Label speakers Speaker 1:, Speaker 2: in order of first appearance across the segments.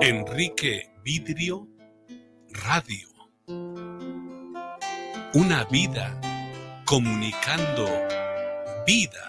Speaker 1: Enrique Vidrio Radio. Una vida comunicando vida.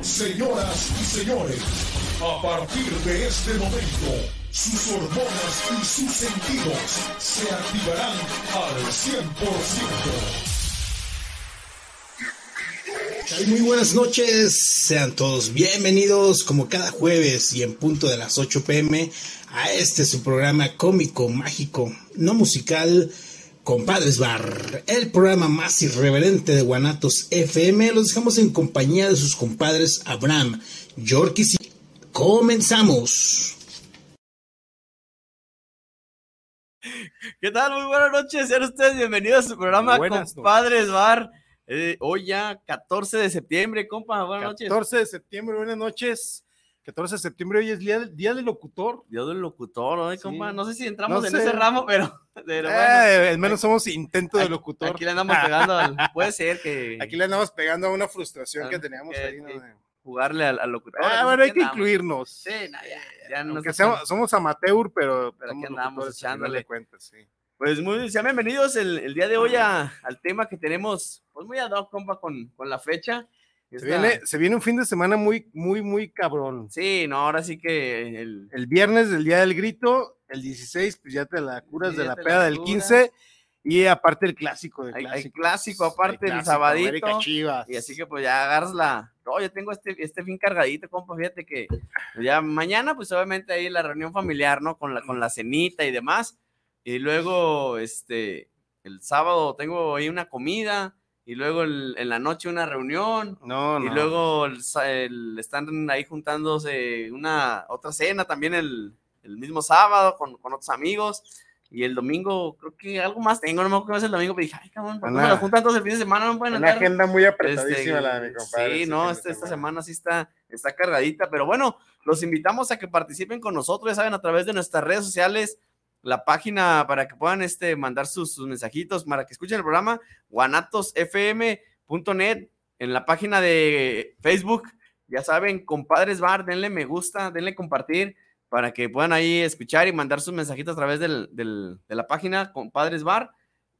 Speaker 2: Señoras y señores, a partir de este momento, sus hormonas y sus sentidos se activarán al 100%.
Speaker 3: Muy buenas noches, sean todos bienvenidos como cada jueves y en punto de las 8 pm a este su programa cómico, mágico, no musical, Compadres Bar, el programa más irreverente de Guanatos FM. Los dejamos en compañía de sus compadres Abraham, Yorkis y... Comenzamos.
Speaker 4: ¿Qué tal? Muy buenas noches, sean ustedes bienvenidos a su programa buenas Compadres noches. Bar. Eh, hoy ya 14 de septiembre, compa, buenas
Speaker 5: 14 noches. 14 de septiembre, buenas noches. 14 de septiembre, hoy es día, del, día del locutor.
Speaker 4: Día del locutor, ¿eh, sí. compa? No sé si entramos no en sé. ese ramo, pero.
Speaker 5: pero eh, bueno, al menos aquí, somos intento de locutor.
Speaker 4: Aquí, aquí le andamos pegando, al, puede ser que.
Speaker 5: Aquí le andamos pegando a una
Speaker 4: Ah,
Speaker 5: frustración claro, que teníamos que, ahí. Que, ¿no?
Speaker 4: Jugarle al, al locutor.
Speaker 5: Ah, bueno, hay que andamos. incluirnos.
Speaker 4: Sí, no, ya, ya
Speaker 5: no seamos, somos amateur, pero.
Speaker 4: Pero aquí andamos echándole.
Speaker 5: cuentas, sí.
Speaker 4: Pues muy, sean bienvenidos el, el día de hoy a, al tema que tenemos, pues muy ad hoc, compa, con, con la fecha.
Speaker 5: Se viene, se viene, un fin de semana muy, muy, muy cabrón.
Speaker 4: Sí, no, ahora sí que el,
Speaker 5: el viernes del día del grito, el 16, pues ya te la curas sí, de la peda la del 15. Y aparte el clásico de
Speaker 4: hay, hay clásico, aparte el, sabadito. Y así que pues ya agarras la. No, yo tengo este, este fin cargadito, compa. Fíjate que ya mañana, pues obviamente ahí la reunión familiar, ¿no? Con la, con la cenita y demás. Y luego, este, el sábado tengo ahí una comida y luego el, en la noche una reunión,
Speaker 5: no, no.
Speaker 4: y luego el, el, están ahí juntándose una otra cena también el, mismo sábado con, con, otros amigos, y el domingo creo que algo más tengo, no me acuerdo qué más el domingo, pero dije, ay, cabrón, ¿por qué me lo juntan todos el fin de semana? No pueden
Speaker 5: una andar. agenda muy apretadísima este, la de mi compadre.
Speaker 4: Sí, no, este, esta semana sí está, está cargadita, pero bueno, los invitamos a que participen con nosotros, ya saben, a través de nuestras redes sociales, la página para que puedan este, mandar sus, sus mensajitos, para que escuchen el programa, guanatosfm.net, en la página de Facebook, ya saben, compadres bar, denle me gusta, denle compartir, para que puedan ahí escuchar y mandar sus mensajitos a través del, del, de la página, compadres bar.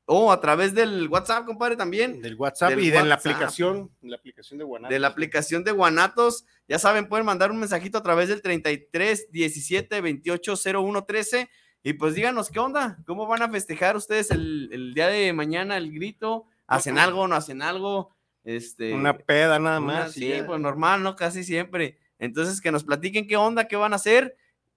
Speaker 4: O a través del WhatsApp, compadre, también.
Speaker 5: Del WhatsApp del y WhatsApp. de la aplicación. La aplicación de Guanatos.
Speaker 4: De la aplicación de Guanatos. Ya saben, pueden mandar un mensajito a través del 33 17 28 01 13. Y pues díganos, ¿qué onda? ¿Cómo van a festejar ustedes el, el, día de mañana el grito? ¿Hacen algo no hacen algo? Este,
Speaker 5: una peda nada más. Una,
Speaker 4: sí, ya. pues normal, ¿no? Casi siempre. Entonces, que nos platiquen qué onda, qué van a hacer.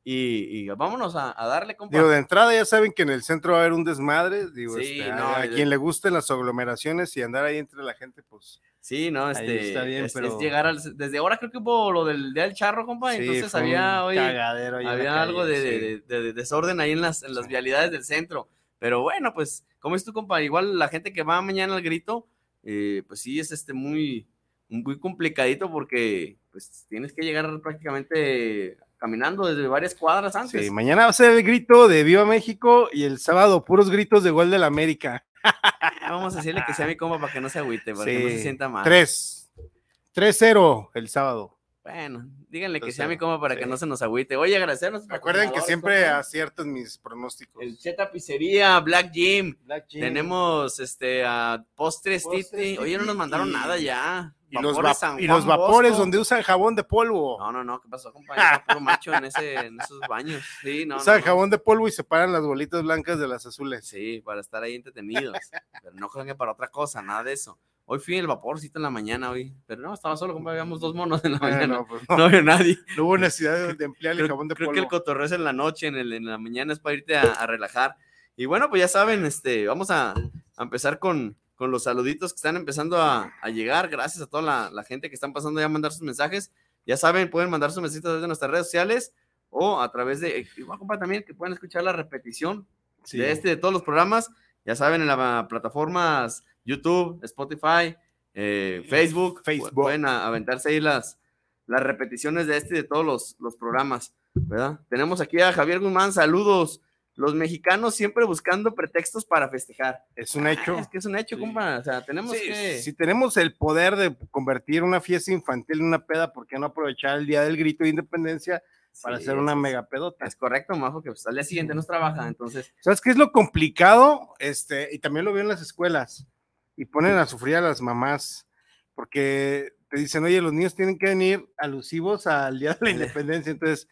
Speaker 4: Y, y vámonos a, a darle
Speaker 5: compa. Digo, de entrada ya saben que en el centro va a haber un desmadre. Digo, sí, este, no, a, a yo... quien le gusten las aglomeraciones y andar ahí entre la gente, pues.
Speaker 4: Sí, no,
Speaker 5: Ahí
Speaker 4: este.
Speaker 5: está bien,
Speaker 4: es,
Speaker 5: pero-
Speaker 4: es llegar al. Desde ahora creo que hubo lo del Día del Charro, compa.
Speaker 5: Sí,
Speaker 4: entonces
Speaker 5: fue un
Speaker 4: había hoy.
Speaker 5: cagadero ahí en la
Speaker 4: Había
Speaker 5: calle,
Speaker 4: algo de, de-
Speaker 5: sí.
Speaker 4: de- de desorden ahí en las, en las vialidades del centro. Pero bueno, pues, como es tu compa, igual la gente que va mañana al grito, eh, pues sí es este muy, muy complicadito porque pues tienes que llegar prácticamente caminando desde varias cuadras antes.
Speaker 5: Sí, mañana va a ser el grito de Viva México y el sábado puros gritos de gol de la América.
Speaker 4: Ah, Vamos a decirle que sea mi compa para que no se agüite, para que no se
Speaker 5: Sí,
Speaker 4: sienta mal.
Speaker 5: Tres. 3-0 el sábado.
Speaker 4: Bueno, díganle que
Speaker 5: Entonces,
Speaker 4: sea mi compa para que
Speaker 5: sí.
Speaker 4: no se nos agüite. Oye, agradecernos.
Speaker 5: Recuerden que siempre aciertan mis pronósticos.
Speaker 4: El Che Tapicería, Black Jim.
Speaker 5: Black Jim.
Speaker 4: Tenemos este a Postres
Speaker 5: Postres
Speaker 4: Titi. Oye, no nos
Speaker 5: Titi.
Speaker 4: mandaron nada ya.
Speaker 5: Y los,
Speaker 4: Vapores
Speaker 5: va-
Speaker 4: San
Speaker 5: y
Speaker 4: Juan
Speaker 5: los vapores
Speaker 4: Bosco.
Speaker 5: donde usan jabón de polvo.
Speaker 4: No, no, no, ¿qué pasó, compañero? Puro macho en, ese, en esos baños. Sí, no,
Speaker 5: usan
Speaker 4: no, no.
Speaker 5: jabón de polvo y separan las bolitas blancas de las azules.
Speaker 4: Sí, para estar ahí entretenidos. Pero no crean que para otra cosa, nada de eso. Hoy fui el vaporcito en la mañana hoy. Pero no, estaba solo, compa, habíamos dos monos en la
Speaker 5: Ah,
Speaker 4: mañana.
Speaker 5: no, pues no.
Speaker 4: no. había nadie.
Speaker 5: No hubo necesidad de- de emplear el
Speaker 4: Creo,
Speaker 5: jabón de
Speaker 4: creo
Speaker 5: polvo.
Speaker 4: que el cotorreo es en la noche, en, el- en la mañana es para irte a, a relajar. Y bueno, pues ya saben, este, vamos a, a empezar con, con los saluditos que están empezando a, a llegar. Gracias a toda la, la gente que están pasando ya a mandar sus mensajes. Ya saben, pueden mandar sus mensajes desde nuestras redes sociales o a través de, igual compa, también que pueden escuchar la repetición
Speaker 5: Sí.
Speaker 4: de este, de todos los programas. Ya saben, en las plataformas YouTube, Spotify, eh, Facebook.
Speaker 5: Facebook.
Speaker 4: pu- Pueden a- aventarse ahí las, las repeticiones de este y de todos los, los programas, ¿verdad? Tenemos aquí a Javier Guzmán, saludos. Los mexicanos siempre buscando pretextos para festejar.
Speaker 5: Es un hecho.
Speaker 4: Ah, es que es un hecho, compa. O sea, tenemos
Speaker 5: Sí,
Speaker 4: que.
Speaker 5: Si tenemos el poder de convertir una fiesta infantil en una peda, ¿por qué no aprovechar el día del grito de independencia para
Speaker 4: Sí,
Speaker 5: hacer una
Speaker 4: es-
Speaker 5: mega pedota?
Speaker 4: Es correcto, Majo, que pues, al día siguiente nos trabaja, entonces.
Speaker 5: ¿Sabes qué es lo complicado? Este, y también lo veo en las escuelas. Y ponen a sufrir a las mamás. Porque te dicen, oye, los niños tienen que venir alusivos al Día de la Independencia. Entonces,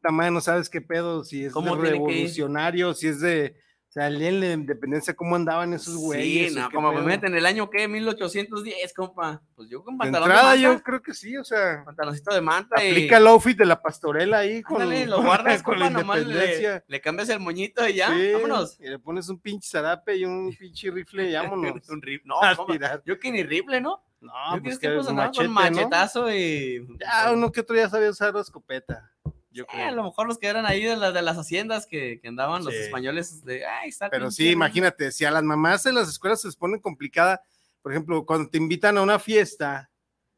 Speaker 5: tamás no sabes qué pedo, si es de
Speaker 4: ¿Cómo tiene que ir?
Speaker 5: revolucionario, si es de. O sea, el Día de la Independencia, ¿cómo andaban esos güeyes?
Speaker 4: sí,
Speaker 5: o
Speaker 4: no,
Speaker 5: qué
Speaker 4: como
Speaker 5: pedo?
Speaker 4: me meten el año que 1810, compa. Pues yo con
Speaker 5: De
Speaker 4: pantalón de
Speaker 5: entrada,
Speaker 4: manta,
Speaker 5: yo creo que sí, o sea.
Speaker 4: pantaloncito de manta y.
Speaker 5: Aplica el outfit de la pastorela ahí con,
Speaker 4: Ándale, lo guardas,
Speaker 5: con
Speaker 4: compa, nomás le, le cambias el moñito y ya,
Speaker 5: Sí,
Speaker 4: vámonos.
Speaker 5: Y le pones un pinche zarape y un pinche rifle y vámonos.
Speaker 4: Un rip- no,
Speaker 5: a
Speaker 4: compa,
Speaker 5: tirar.
Speaker 4: yo que ni rifle, ¿no?
Speaker 5: No,
Speaker 4: Ah, yo
Speaker 5: pues
Speaker 4: que
Speaker 5: que
Speaker 4: pues andaba
Speaker 5: machete,
Speaker 4: con
Speaker 5: ¿no?
Speaker 4: machetazo y...
Speaker 5: Ya, uno que otro ya sabía usar la escopeta. Yo
Speaker 4: Eh, a
Speaker 5: creo.
Speaker 4: lo mejor los que eran ahí de, las de las haciendas que, que andaban los
Speaker 5: Sí.
Speaker 4: españoles de... Ay, está
Speaker 5: Pero
Speaker 4: pinche
Speaker 5: sí,
Speaker 4: rifle".
Speaker 5: imagínate, si a las mamás en las escuelas se les pone complicada, por ejemplo, cuando te invitan a una fiesta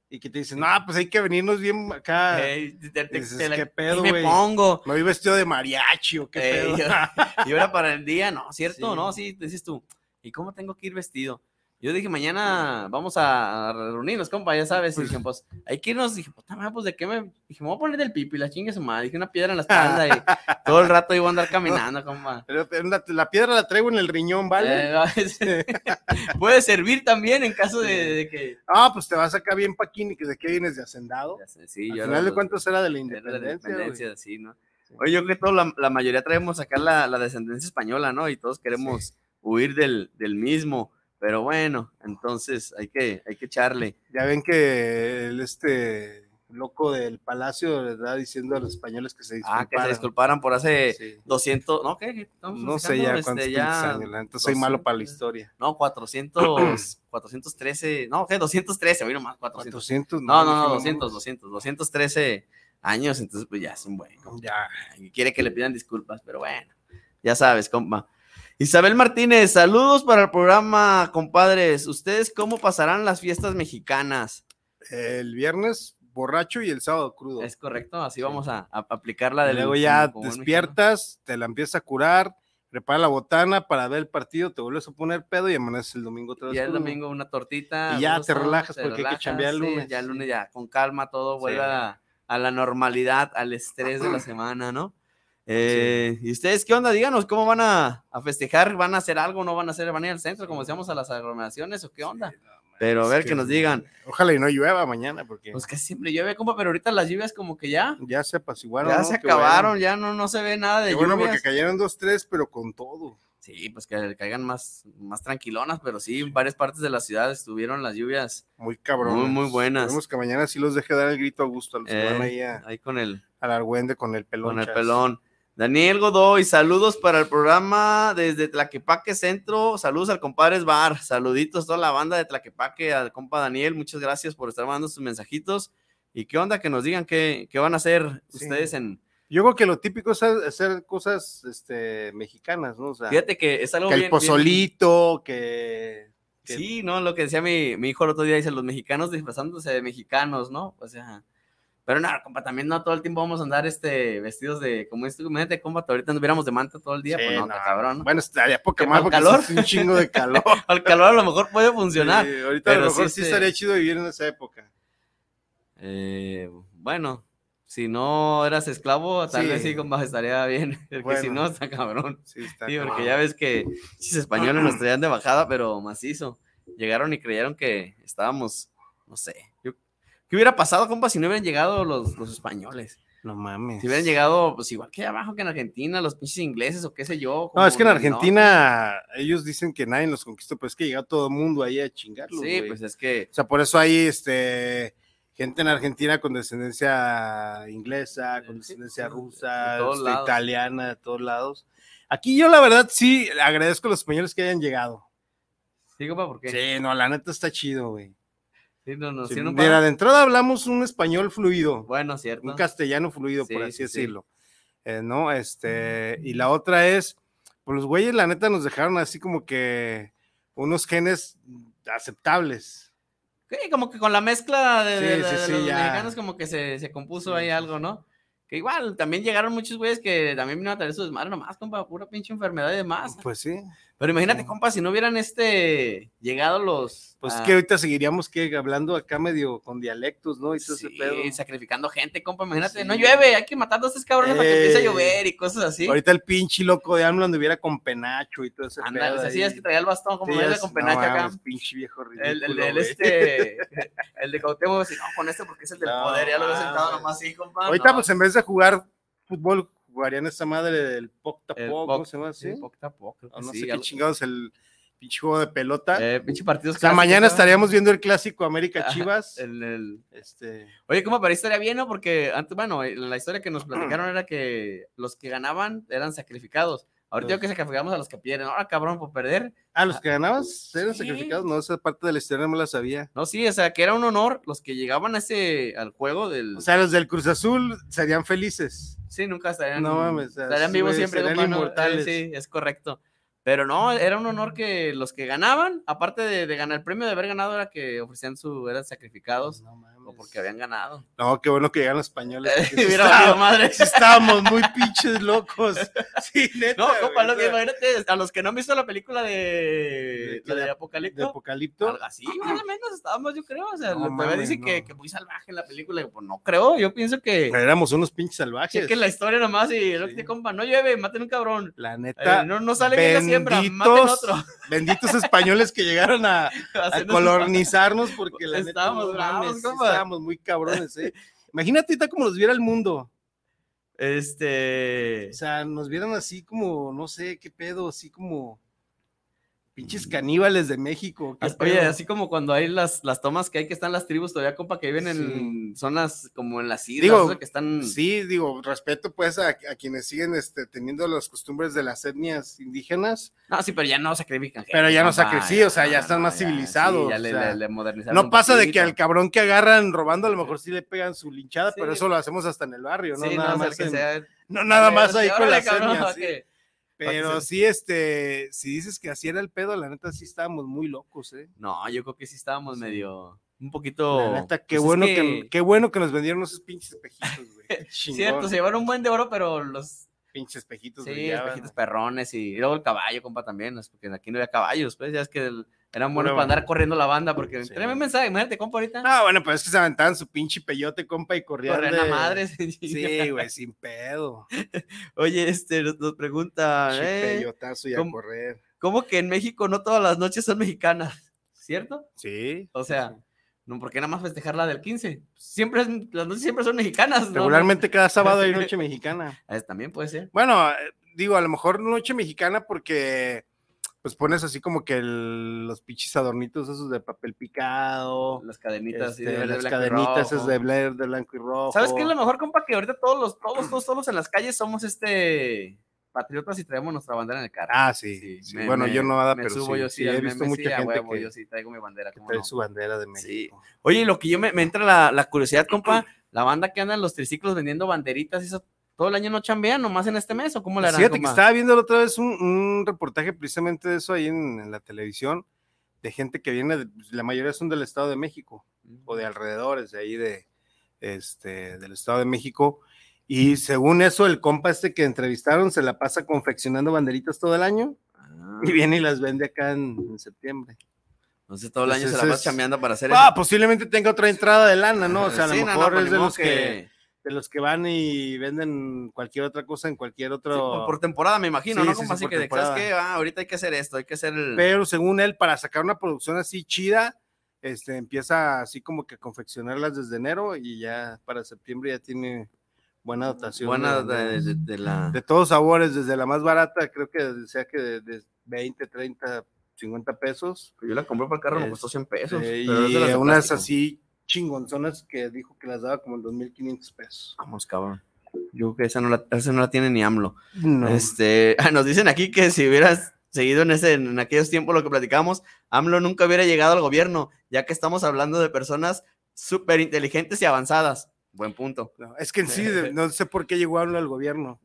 Speaker 5: y que te dicen, no, pues hay que venirnos bien acá.
Speaker 4: Ey, te- te- te-
Speaker 5: Dices,
Speaker 4: te la-
Speaker 5: "¿Qué pedo,
Speaker 4: ¿qué me
Speaker 5: güey?".
Speaker 4: pongo?
Speaker 5: Me voy vestido de mariachi o qué
Speaker 4: Ey,
Speaker 5: pedo.
Speaker 4: Eh, y ahora para el día, ¿no? ¿Cierto?
Speaker 5: Sí.
Speaker 4: ¿No? Sí, dices tú, ¿y cómo tengo que ir vestido? Yo dije, mañana vamos a reunirnos, compa, ya sabes. Y dije, pues, hay que irnos. Dije, puta madre, pues, ¿de qué me...? Dije, me voy a poner del pipi, la chingue su madre. Dije, una piedra en la espalda y todo el rato iba a andar caminando, compa.
Speaker 5: Pero la, la piedra la traigo en el riñón, ¿vale?
Speaker 4: Eh, a veces- Puede servir también en caso de, de que...
Speaker 5: Ah, pues te vas acá bien paquín y que de qué vienes de hacendado.
Speaker 4: Ya sé, Sí,
Speaker 5: Al
Speaker 4: yo
Speaker 5: final de
Speaker 4: lo-
Speaker 5: cuentas era de la
Speaker 4: Era la
Speaker 5: independencia. güey.
Speaker 4: independencia, sí, ¿no? Oye, yo creo que toda la, la mayoría traemos acá la, la descendencia española, ¿no? Y todos queremos huir del, del mismo. Pero bueno, entonces hay que, hay que echarle.
Speaker 5: Ya ven que el, este loco del palacio le está diciendo a los españoles que se disculparan.
Speaker 4: Ah, que se disculparan por hace
Speaker 5: Sí.
Speaker 4: 200, ¿no? ¿Qué? ¿Qué estamos
Speaker 5: No sé
Speaker 4: festejando?
Speaker 5: ya
Speaker 4: Este,
Speaker 5: cuántos pinches años, la neta, soy
Speaker 4: 200,
Speaker 5: malo para la historia.
Speaker 4: No, 400, 413, no, ¿qué? 213, hoy nomás, 400.
Speaker 5: 400.
Speaker 4: No, no,
Speaker 5: dije,
Speaker 4: no, 200, 200, 213 años, entonces pues ya es un buen.
Speaker 5: mames. Ya.
Speaker 4: y quiere que le pidan disculpas, pero bueno, ya sabes, compa. Isabel Martínez, saludos para el programa, compadres. ¿Ustedes cómo pasarán las fiestas mexicanas?
Speaker 5: El viernes borracho y el sábado crudo.
Speaker 4: Es correcto, así vamos a, a aplicar la del.
Speaker 5: Luego ya
Speaker 4: como- como buen
Speaker 5: despiertas, te la empiezas a curar, prepara la botana para ver el partido, te vuelves a poner pedo y amaneces el domingo otra
Speaker 4: mexicano.
Speaker 5: vez.
Speaker 4: Ya el
Speaker 5: crudo.
Speaker 4: domingo una tortita.
Speaker 5: Y ya
Speaker 4: unos
Speaker 5: te
Speaker 4: tacos,
Speaker 5: relajas
Speaker 4: te
Speaker 5: porque hay que
Speaker 4: relajas,
Speaker 5: chambear el
Speaker 4: sí,
Speaker 5: lunes,
Speaker 4: ya el
Speaker 5: sí.
Speaker 4: lunes ya con calma todo
Speaker 5: Sí.
Speaker 4: vuelve a, a la normalidad, al estrés de la semana, ¿no? Eh, ¿Y ustedes qué onda? Díganos, ¿cómo van a, a festejar? ¿Van a hacer algo? ¿No van a hacer? ¿Van a ir al centro? ¿Como decíamos a las aglomeraciones o qué onda? Pero a
Speaker 5: Es
Speaker 4: ver que nos digan.
Speaker 5: Ojalá y no llueva mañana porque
Speaker 4: Pues que siempre llueve, compa, pero ahorita las lluvias como que ya,
Speaker 5: ya se apaciguaron.
Speaker 4: ya
Speaker 5: ¿no? Qué
Speaker 4: se
Speaker 5: bueno.
Speaker 4: acabaron, ya no, no se ve nada de
Speaker 5: Qué bueno, porque
Speaker 4: lluvias.
Speaker 5: cayeron dos, tres, pero con todo.
Speaker 4: Sí, pues que le caigan más, más tranquilonas, pero sí, en varias partes de la ciudad estuvieron las lluvias
Speaker 5: Muy cabrón.
Speaker 4: Muy, muy buenas.
Speaker 5: Esperemos que mañana sí los deje dar el grito a gusto a los que van
Speaker 4: Eh,
Speaker 5: ahí a-
Speaker 4: ahí con el,
Speaker 5: al Argüende con el pelón.
Speaker 4: con el
Speaker 5: chas.
Speaker 4: pelón. Daniel Godoy, saludos para el programa desde Tlaquepaque Centro. Saludos al compadre Bar. Saluditos a toda la banda de Tlaquepaque, al compa Daniel. Muchas gracias por estar mandando sus mensajitos. ¿Y qué onda? Que nos digan qué, qué van a hacer
Speaker 5: Sí.
Speaker 4: ustedes en...
Speaker 5: Yo creo que lo típico es hacer cosas este, mexicanas, ¿no? O sea,
Speaker 4: Fíjate que es algo
Speaker 5: que el
Speaker 4: bien- bien-
Speaker 5: pozolito, que que-
Speaker 4: Sí, no, lo que decía mi, mi hijo el otro día, dice, los mexicanos disfrazándose de mexicanos, ¿no? O sea, pero no, compa, también no todo el tiempo vamos a andar este, vestidos de, como dices tú, imagínate, compa, ahorita nos viéramos de manta todo el día,
Speaker 5: Sí,
Speaker 4: pues no,
Speaker 5: no.
Speaker 4: está cabrón, ¿no?
Speaker 5: Bueno, estaría poca
Speaker 4: Que
Speaker 5: más
Speaker 4: para el
Speaker 5: porque
Speaker 4: calor.
Speaker 5: calor. un chingo de calor.
Speaker 4: Al calor a lo mejor puede funcionar.
Speaker 5: Sí, ahorita a
Speaker 4: pero
Speaker 5: lo
Speaker 4: sí,
Speaker 5: mejor sí,
Speaker 4: este-
Speaker 5: estaría chido vivir en esa época.
Speaker 4: Eh, bueno, si no eras esclavo, tal
Speaker 5: Sí.
Speaker 4: vez sí, compa, estaría bien, porque si
Speaker 5: Bueno.
Speaker 4: no, está cabrón.
Speaker 5: Sí, está
Speaker 4: Sí, porque
Speaker 5: cabrón.
Speaker 4: ya ves que los españoles nos traían de bajada, pero macizo. Llegaron y creyeron que estábamos, no sé. yo- ¿Qué hubiera pasado, compa, si no hubieran llegado los, los españoles?
Speaker 5: No mames.
Speaker 4: Si hubieran llegado, pues igual que abajo que en Argentina, los pinches ingleses o qué sé yo.
Speaker 5: No,
Speaker 4: como-
Speaker 5: es que en Argentina ellos dicen que nadie los conquistó, pero es que llega todo el mundo ahí a
Speaker 4: Sí,
Speaker 5: chingarlos. güey.
Speaker 4: pues es que.
Speaker 5: O sea, por eso hay este gente en Argentina con descendencia inglesa, con descendencia
Speaker 4: sí, de-
Speaker 5: rusa,
Speaker 4: de todos
Speaker 5: este,
Speaker 4: lados.
Speaker 5: italiana, de todos lados. Aquí yo la verdad sí agradezco a los españoles que hayan llegado.
Speaker 4: Sí, compa, porque. Sí,
Speaker 5: Sí, no, la neta está chido, güey.
Speaker 4: no, no,
Speaker 5: Sí,
Speaker 4: sí, no,
Speaker 5: mira, de entrada hablamos un español fluido,
Speaker 4: Bueno, cierto.
Speaker 5: un castellano fluido,
Speaker 4: Sí,
Speaker 5: por así
Speaker 4: sí, Mm. sí.
Speaker 5: decirlo. Eh, ¿No? Este, y la otra es, pues los güeyes la neta nos dejaron así como que unos genes aceptables.
Speaker 4: Sí, como que con la mezcla de, de-
Speaker 5: Sí,
Speaker 4: de-
Speaker 5: sí,
Speaker 4: de
Speaker 5: sí,
Speaker 4: los
Speaker 5: ya.
Speaker 4: mexicanos, como que se, se compuso
Speaker 5: Sí,
Speaker 4: ahí
Speaker 5: sí,
Speaker 4: algo, ¿no? Que igual, también llegaron muchos güeyes que también vino a traer su desmadre nomás, compa, pura pinche enfermedad y demás.
Speaker 5: Pues sí.
Speaker 4: Pero imagínate,
Speaker 5: Sí.
Speaker 4: compa, si no hubieran este llegado los.
Speaker 5: Pues es
Speaker 4: ah,
Speaker 5: que ahorita seguiríamos que hablando acá medio con dialectos, ¿no? Y todo ese
Speaker 4: sí,
Speaker 5: pedo.
Speaker 4: sacrificando gente, compa. Imagínate,
Speaker 5: Sí.
Speaker 4: no llueve, hay que matar a estos cabrones para que empiece a
Speaker 5: Ey.
Speaker 4: llover y cosas así.
Speaker 5: Ahorita el pinche loco de AMLO anduviera con penacho y todo ese
Speaker 4: Ándale,
Speaker 5: pedo.
Speaker 4: o sea, sí,
Speaker 5: ahí.
Speaker 4: es que traía el bastón, como
Speaker 5: Sí,
Speaker 4: verga
Speaker 5: es-
Speaker 4: con
Speaker 5: no
Speaker 4: penacho acá.
Speaker 5: mames, pinche viejo ridículo.
Speaker 4: El, el, el
Speaker 5: güey.
Speaker 4: este, el de Cautemo, decir, no, con este porque es el del
Speaker 5: No
Speaker 4: poder, ya lo veo sentado
Speaker 5: mames.
Speaker 4: nomás así, compa.
Speaker 5: Ahorita,
Speaker 4: no.
Speaker 5: pues en vez de jugar fútbol, jugarían esta madre del poc
Speaker 4: El
Speaker 5: tapoc,
Speaker 4: poc,
Speaker 5: ¿cómo se llama así?
Speaker 4: Sí, poco a poco, creo
Speaker 5: O
Speaker 4: que
Speaker 5: no
Speaker 4: sí,
Speaker 5: sé qué
Speaker 4: algo-
Speaker 5: chingados el pinche juego de pelota.
Speaker 4: Eh, pinche partidos
Speaker 5: o sea,
Speaker 4: clásicos,
Speaker 5: mañana
Speaker 4: ¿no?
Speaker 5: estaríamos viendo el clásico América
Speaker 4: Ajá,
Speaker 5: Chivas.
Speaker 4: El- el-
Speaker 5: Este,
Speaker 4: Oye, ¿cómo para estaría bien, no? Porque antes, bueno, eh, la historia que nos platicaron era que los que ganaban eran sacrificados. Ahorita yo que sacrificamos a los que pierden. Ahora, cabrón, por perder.
Speaker 5: ah, los que ganabas eran
Speaker 4: sí.
Speaker 5: sacrificados. No, esa parte de la historia no me la sabía.
Speaker 4: No, sí, o sea, que era un honor los que llegaban a ese, al juego del...
Speaker 5: O sea, los del Cruz Azul serían felices.
Speaker 4: sí, nunca estarían...
Speaker 5: no mames, o sea,
Speaker 4: Estarían
Speaker 5: sí,
Speaker 4: vivos
Speaker 5: güey,
Speaker 4: siempre,
Speaker 5: serían
Speaker 4: compa, ¿no? Eh,
Speaker 5: inmortales.
Speaker 4: Sí, es correcto. Pero no, era un honor que los que ganaban, aparte de, de ganar el premio de haber ganado, era que ofrecían su... eran sacrificados
Speaker 5: No, mames.
Speaker 4: o porque habían ganado.
Speaker 5: No, qué bueno que llegaron los españoles. porque sí
Speaker 4: Hubiera valido
Speaker 5: estábamos,
Speaker 4: madre.
Speaker 5: sí estábamos muy pinches locos. Sí, neta.
Speaker 4: No, compa,
Speaker 5: güey,
Speaker 4: lo
Speaker 5: o
Speaker 4: que
Speaker 5: sea,
Speaker 4: imagínate, a los que no han visto la película de,
Speaker 5: De-
Speaker 4: la de
Speaker 5: de-
Speaker 4: Apocalipto,
Speaker 5: de Apocalipto.
Speaker 4: algo así, más o menos estábamos, yo creo. O sea,
Speaker 5: No
Speaker 4: la todavía
Speaker 5: mames,
Speaker 4: dice que,
Speaker 5: no.
Speaker 4: que muy salvaje la película, y pues no creo, yo pienso que
Speaker 5: Pero éramos unos pinches salvajes.
Speaker 4: chequen la historia nomás y lo que
Speaker 5: Sí.
Speaker 4: te compa, no llueve, maten un cabrón.
Speaker 5: La
Speaker 4: Eh,
Speaker 5: neta.
Speaker 4: no, no sale bien la siembra, maten
Speaker 5: benditos-
Speaker 4: otro.
Speaker 5: Benditos españoles que llegaron a, a
Speaker 4: Hacernos-
Speaker 5: colonizarnos porque la neta,
Speaker 4: Estábamos
Speaker 5: no
Speaker 4: bravos,
Speaker 5: mames, sí
Speaker 4: compa.
Speaker 5: estábamos muy cabrones, eh. Imagínate ahorita como nos viera el mundo.
Speaker 4: Este.
Speaker 5: O sea, nos vieran así como, no sé, qué pedo, así como pinches caníbales de México. qué
Speaker 4: Mm. Oye,
Speaker 5: pedo.
Speaker 4: así como cuando hay las, las tomas que hay que están las tribus todavía, compa, que viven en zonas como en las islas,
Speaker 5: Digo,
Speaker 4: o sea, que están.
Speaker 5: Sí, digo, respeto pues a, a quienes siguen este, teniendo las costumbres de las etnias indígenas,
Speaker 4: No, sí, pero ya no sacrifican.
Speaker 5: Pero
Speaker 4: gente,
Speaker 5: ya no
Speaker 4: compa,
Speaker 5: sacrifican, sí, o sea, ya están más
Speaker 4: sí,
Speaker 5: civilizados,
Speaker 4: ya
Speaker 5: o
Speaker 4: le,
Speaker 5: sea,
Speaker 4: le- le modernizaron
Speaker 5: No
Speaker 4: un
Speaker 5: pasa de que
Speaker 4: poquito.
Speaker 5: al cabrón que agarran robando, a lo mejor sí le pegan su linchada,
Speaker 4: Sí.
Speaker 5: pero eso lo hacemos hasta en el barrio, ¿no?
Speaker 4: Sí,
Speaker 5: nada
Speaker 4: no, o sea,
Speaker 5: más,
Speaker 4: que
Speaker 5: en-
Speaker 4: sea-
Speaker 5: no, nada
Speaker 4: Ándale,
Speaker 5: más
Speaker 4: así,
Speaker 5: ahí con
Speaker 4: órale,
Speaker 5: las
Speaker 4: cabrón,
Speaker 5: etnias,
Speaker 4: para
Speaker 5: sí.
Speaker 4: que- para que
Speaker 5: Pero
Speaker 4: se-
Speaker 5: sí, este, si dices que así era el pedo, la neta sí estábamos muy locos, ¿eh?
Speaker 4: No, yo creo que sí estábamos
Speaker 5: Sí.
Speaker 4: medio. Un poquito.
Speaker 5: La neta, qué
Speaker 4: pues es
Speaker 5: bueno que... qué bueno que nos vendieron esos pinches espejitos, güey. Qué
Speaker 4: Cierto,
Speaker 5: chingón,
Speaker 4: se llevaron un buen de oro, pero los.
Speaker 5: pinches espejitos
Speaker 4: Sí,
Speaker 5: brillaban.
Speaker 4: espejitos perrones y, y luego el caballo, compa, también. es Porque aquí no había caballos, pues ya es que el- eran buenos
Speaker 5: Pura
Speaker 4: para andar
Speaker 5: banda.
Speaker 4: corriendo la banda. Porque.
Speaker 5: Sí.
Speaker 4: Tráeme un mensaje, imagínate, compa, ahorita.
Speaker 5: Ah, bueno, pero es que se aventaban su pinche peyote, compa, y corrían
Speaker 4: Corren
Speaker 5: de...
Speaker 4: a madres.
Speaker 5: Sí, güey, sin pedo.
Speaker 4: Oye, este nos, nos pregunta.
Speaker 5: Pinche
Speaker 4: eh,
Speaker 5: peyotazo y a
Speaker 4: ¿cómo?
Speaker 5: correr.
Speaker 4: ¿Cómo que en México no todas las noches son mexicanas? ¿Cierto?
Speaker 5: Sí.
Speaker 4: O sea, no, ¿por qué nada más festejar la del 15? Siempre es- las noches siempre son mexicanas. ¿no?
Speaker 5: Regularmente cada sábado hay noche mexicana.
Speaker 4: Ah, es- también puede ser.
Speaker 5: Bueno, eh, digo, a lo mejor noche mexicana porque pues pones así como que el- los pinches adornitos esos de papel picado.
Speaker 4: Las cadenitas así
Speaker 5: este,
Speaker 4: de verde,
Speaker 5: las
Speaker 4: blanco y
Speaker 5: cadenitas
Speaker 4: rojo.
Speaker 5: esas de Blair de blanco y rojo.
Speaker 4: ¿Sabes qué es lo mejor, compa? Que ahorita todos los, todos, todos, todos en las calles somos este patriotas y traemos nuestra bandera en el carro.
Speaker 5: Ah, sí. sí.
Speaker 4: me-
Speaker 5: bueno,
Speaker 4: me-
Speaker 5: yo no nada,
Speaker 4: me
Speaker 5: pero
Speaker 4: subo
Speaker 5: sí,
Speaker 4: yo
Speaker 5: sí,
Speaker 4: sí,
Speaker 5: he
Speaker 4: al meme,
Speaker 5: visto
Speaker 4: sí,
Speaker 5: mucha
Speaker 4: a
Speaker 5: gente
Speaker 4: huevo,
Speaker 5: que
Speaker 4: yo sí traigo mi bandera. ¿cómo
Speaker 5: trae
Speaker 4: no?
Speaker 5: su bandera de México.
Speaker 4: Sí. Oye, y lo que yo me, me entra la, la curiosidad, compa, la banda que anda en los triciclos vendiendo banderitas, y eso todo el año no chambean, nomás en este mes, o cómo la harán,
Speaker 5: Pues Fíjate que
Speaker 4: compa?
Speaker 5: estaba viendo la otra vez un, un reportaje precisamente de eso ahí en, en la televisión, de gente que viene, de- pues, la mayoría son del Estado de México
Speaker 4: Ah,
Speaker 5: o de alrededores de ahí de, este, del Estado de México. Y según eso, el compa este que entrevistaron se la pasa confeccionando banderitas todo el año
Speaker 4: Ah,
Speaker 5: y viene y las vende acá en, en septiembre.
Speaker 4: entonces todo el año se
Speaker 5: Entonces
Speaker 4: la vas
Speaker 5: Pues es-
Speaker 4: chambeando para hacer
Speaker 5: Ah,
Speaker 4: eso.
Speaker 5: posiblemente tenga otra entrada de lana, ¿no? O sea, a lo
Speaker 4: Sí, no, no,
Speaker 5: mejor es
Speaker 4: pues, ni
Speaker 5: de
Speaker 4: modo
Speaker 5: los que... de los que van y venden cualquier otra cosa en cualquier
Speaker 4: Sí,
Speaker 5: otro...
Speaker 4: por, por temporada, me imagino,
Speaker 5: Sí,
Speaker 4: ¿no?
Speaker 5: sí,
Speaker 4: compa?
Speaker 5: sí,
Speaker 4: así
Speaker 5: por
Speaker 4: que de- ¿sabes
Speaker 5: temporada.
Speaker 4: qué? Ah, ahorita hay que hacer esto, hay que hacer el...
Speaker 5: pero según él, para sacar una producción así chida, este, empieza así como que a confeccionarlas desde enero y ya para septiembre ya tiene buena dotación.
Speaker 4: Buena
Speaker 5: de,
Speaker 4: de, de- de la...
Speaker 5: de todos sabores, desde la más barata, creo que sea que de, de 20, 30, 50 pesos.
Speaker 4: Yo la compré para el carro, me costó 100 pesos.
Speaker 5: eh,
Speaker 4: pero es de las
Speaker 5: y
Speaker 4: de
Speaker 5: unas
Speaker 4: plástico.
Speaker 5: así chingonzonas que dijo que las daba como en 2.500 pesos.
Speaker 4: Vamos, cabrón. Yo creo que esa no la, esa no la tiene ni AMLO.
Speaker 5: No.
Speaker 4: Este, ah, nos dicen aquí que si hubieras seguido en, ese, en aquellos tiempos lo que platicamos, AMLO nunca hubiera llegado al gobierno, ya que estamos hablando de personas súper inteligentes y avanzadas. Buen punto.
Speaker 5: No, es que en sí, de- no sé por qué llegó a hablar al gobierno.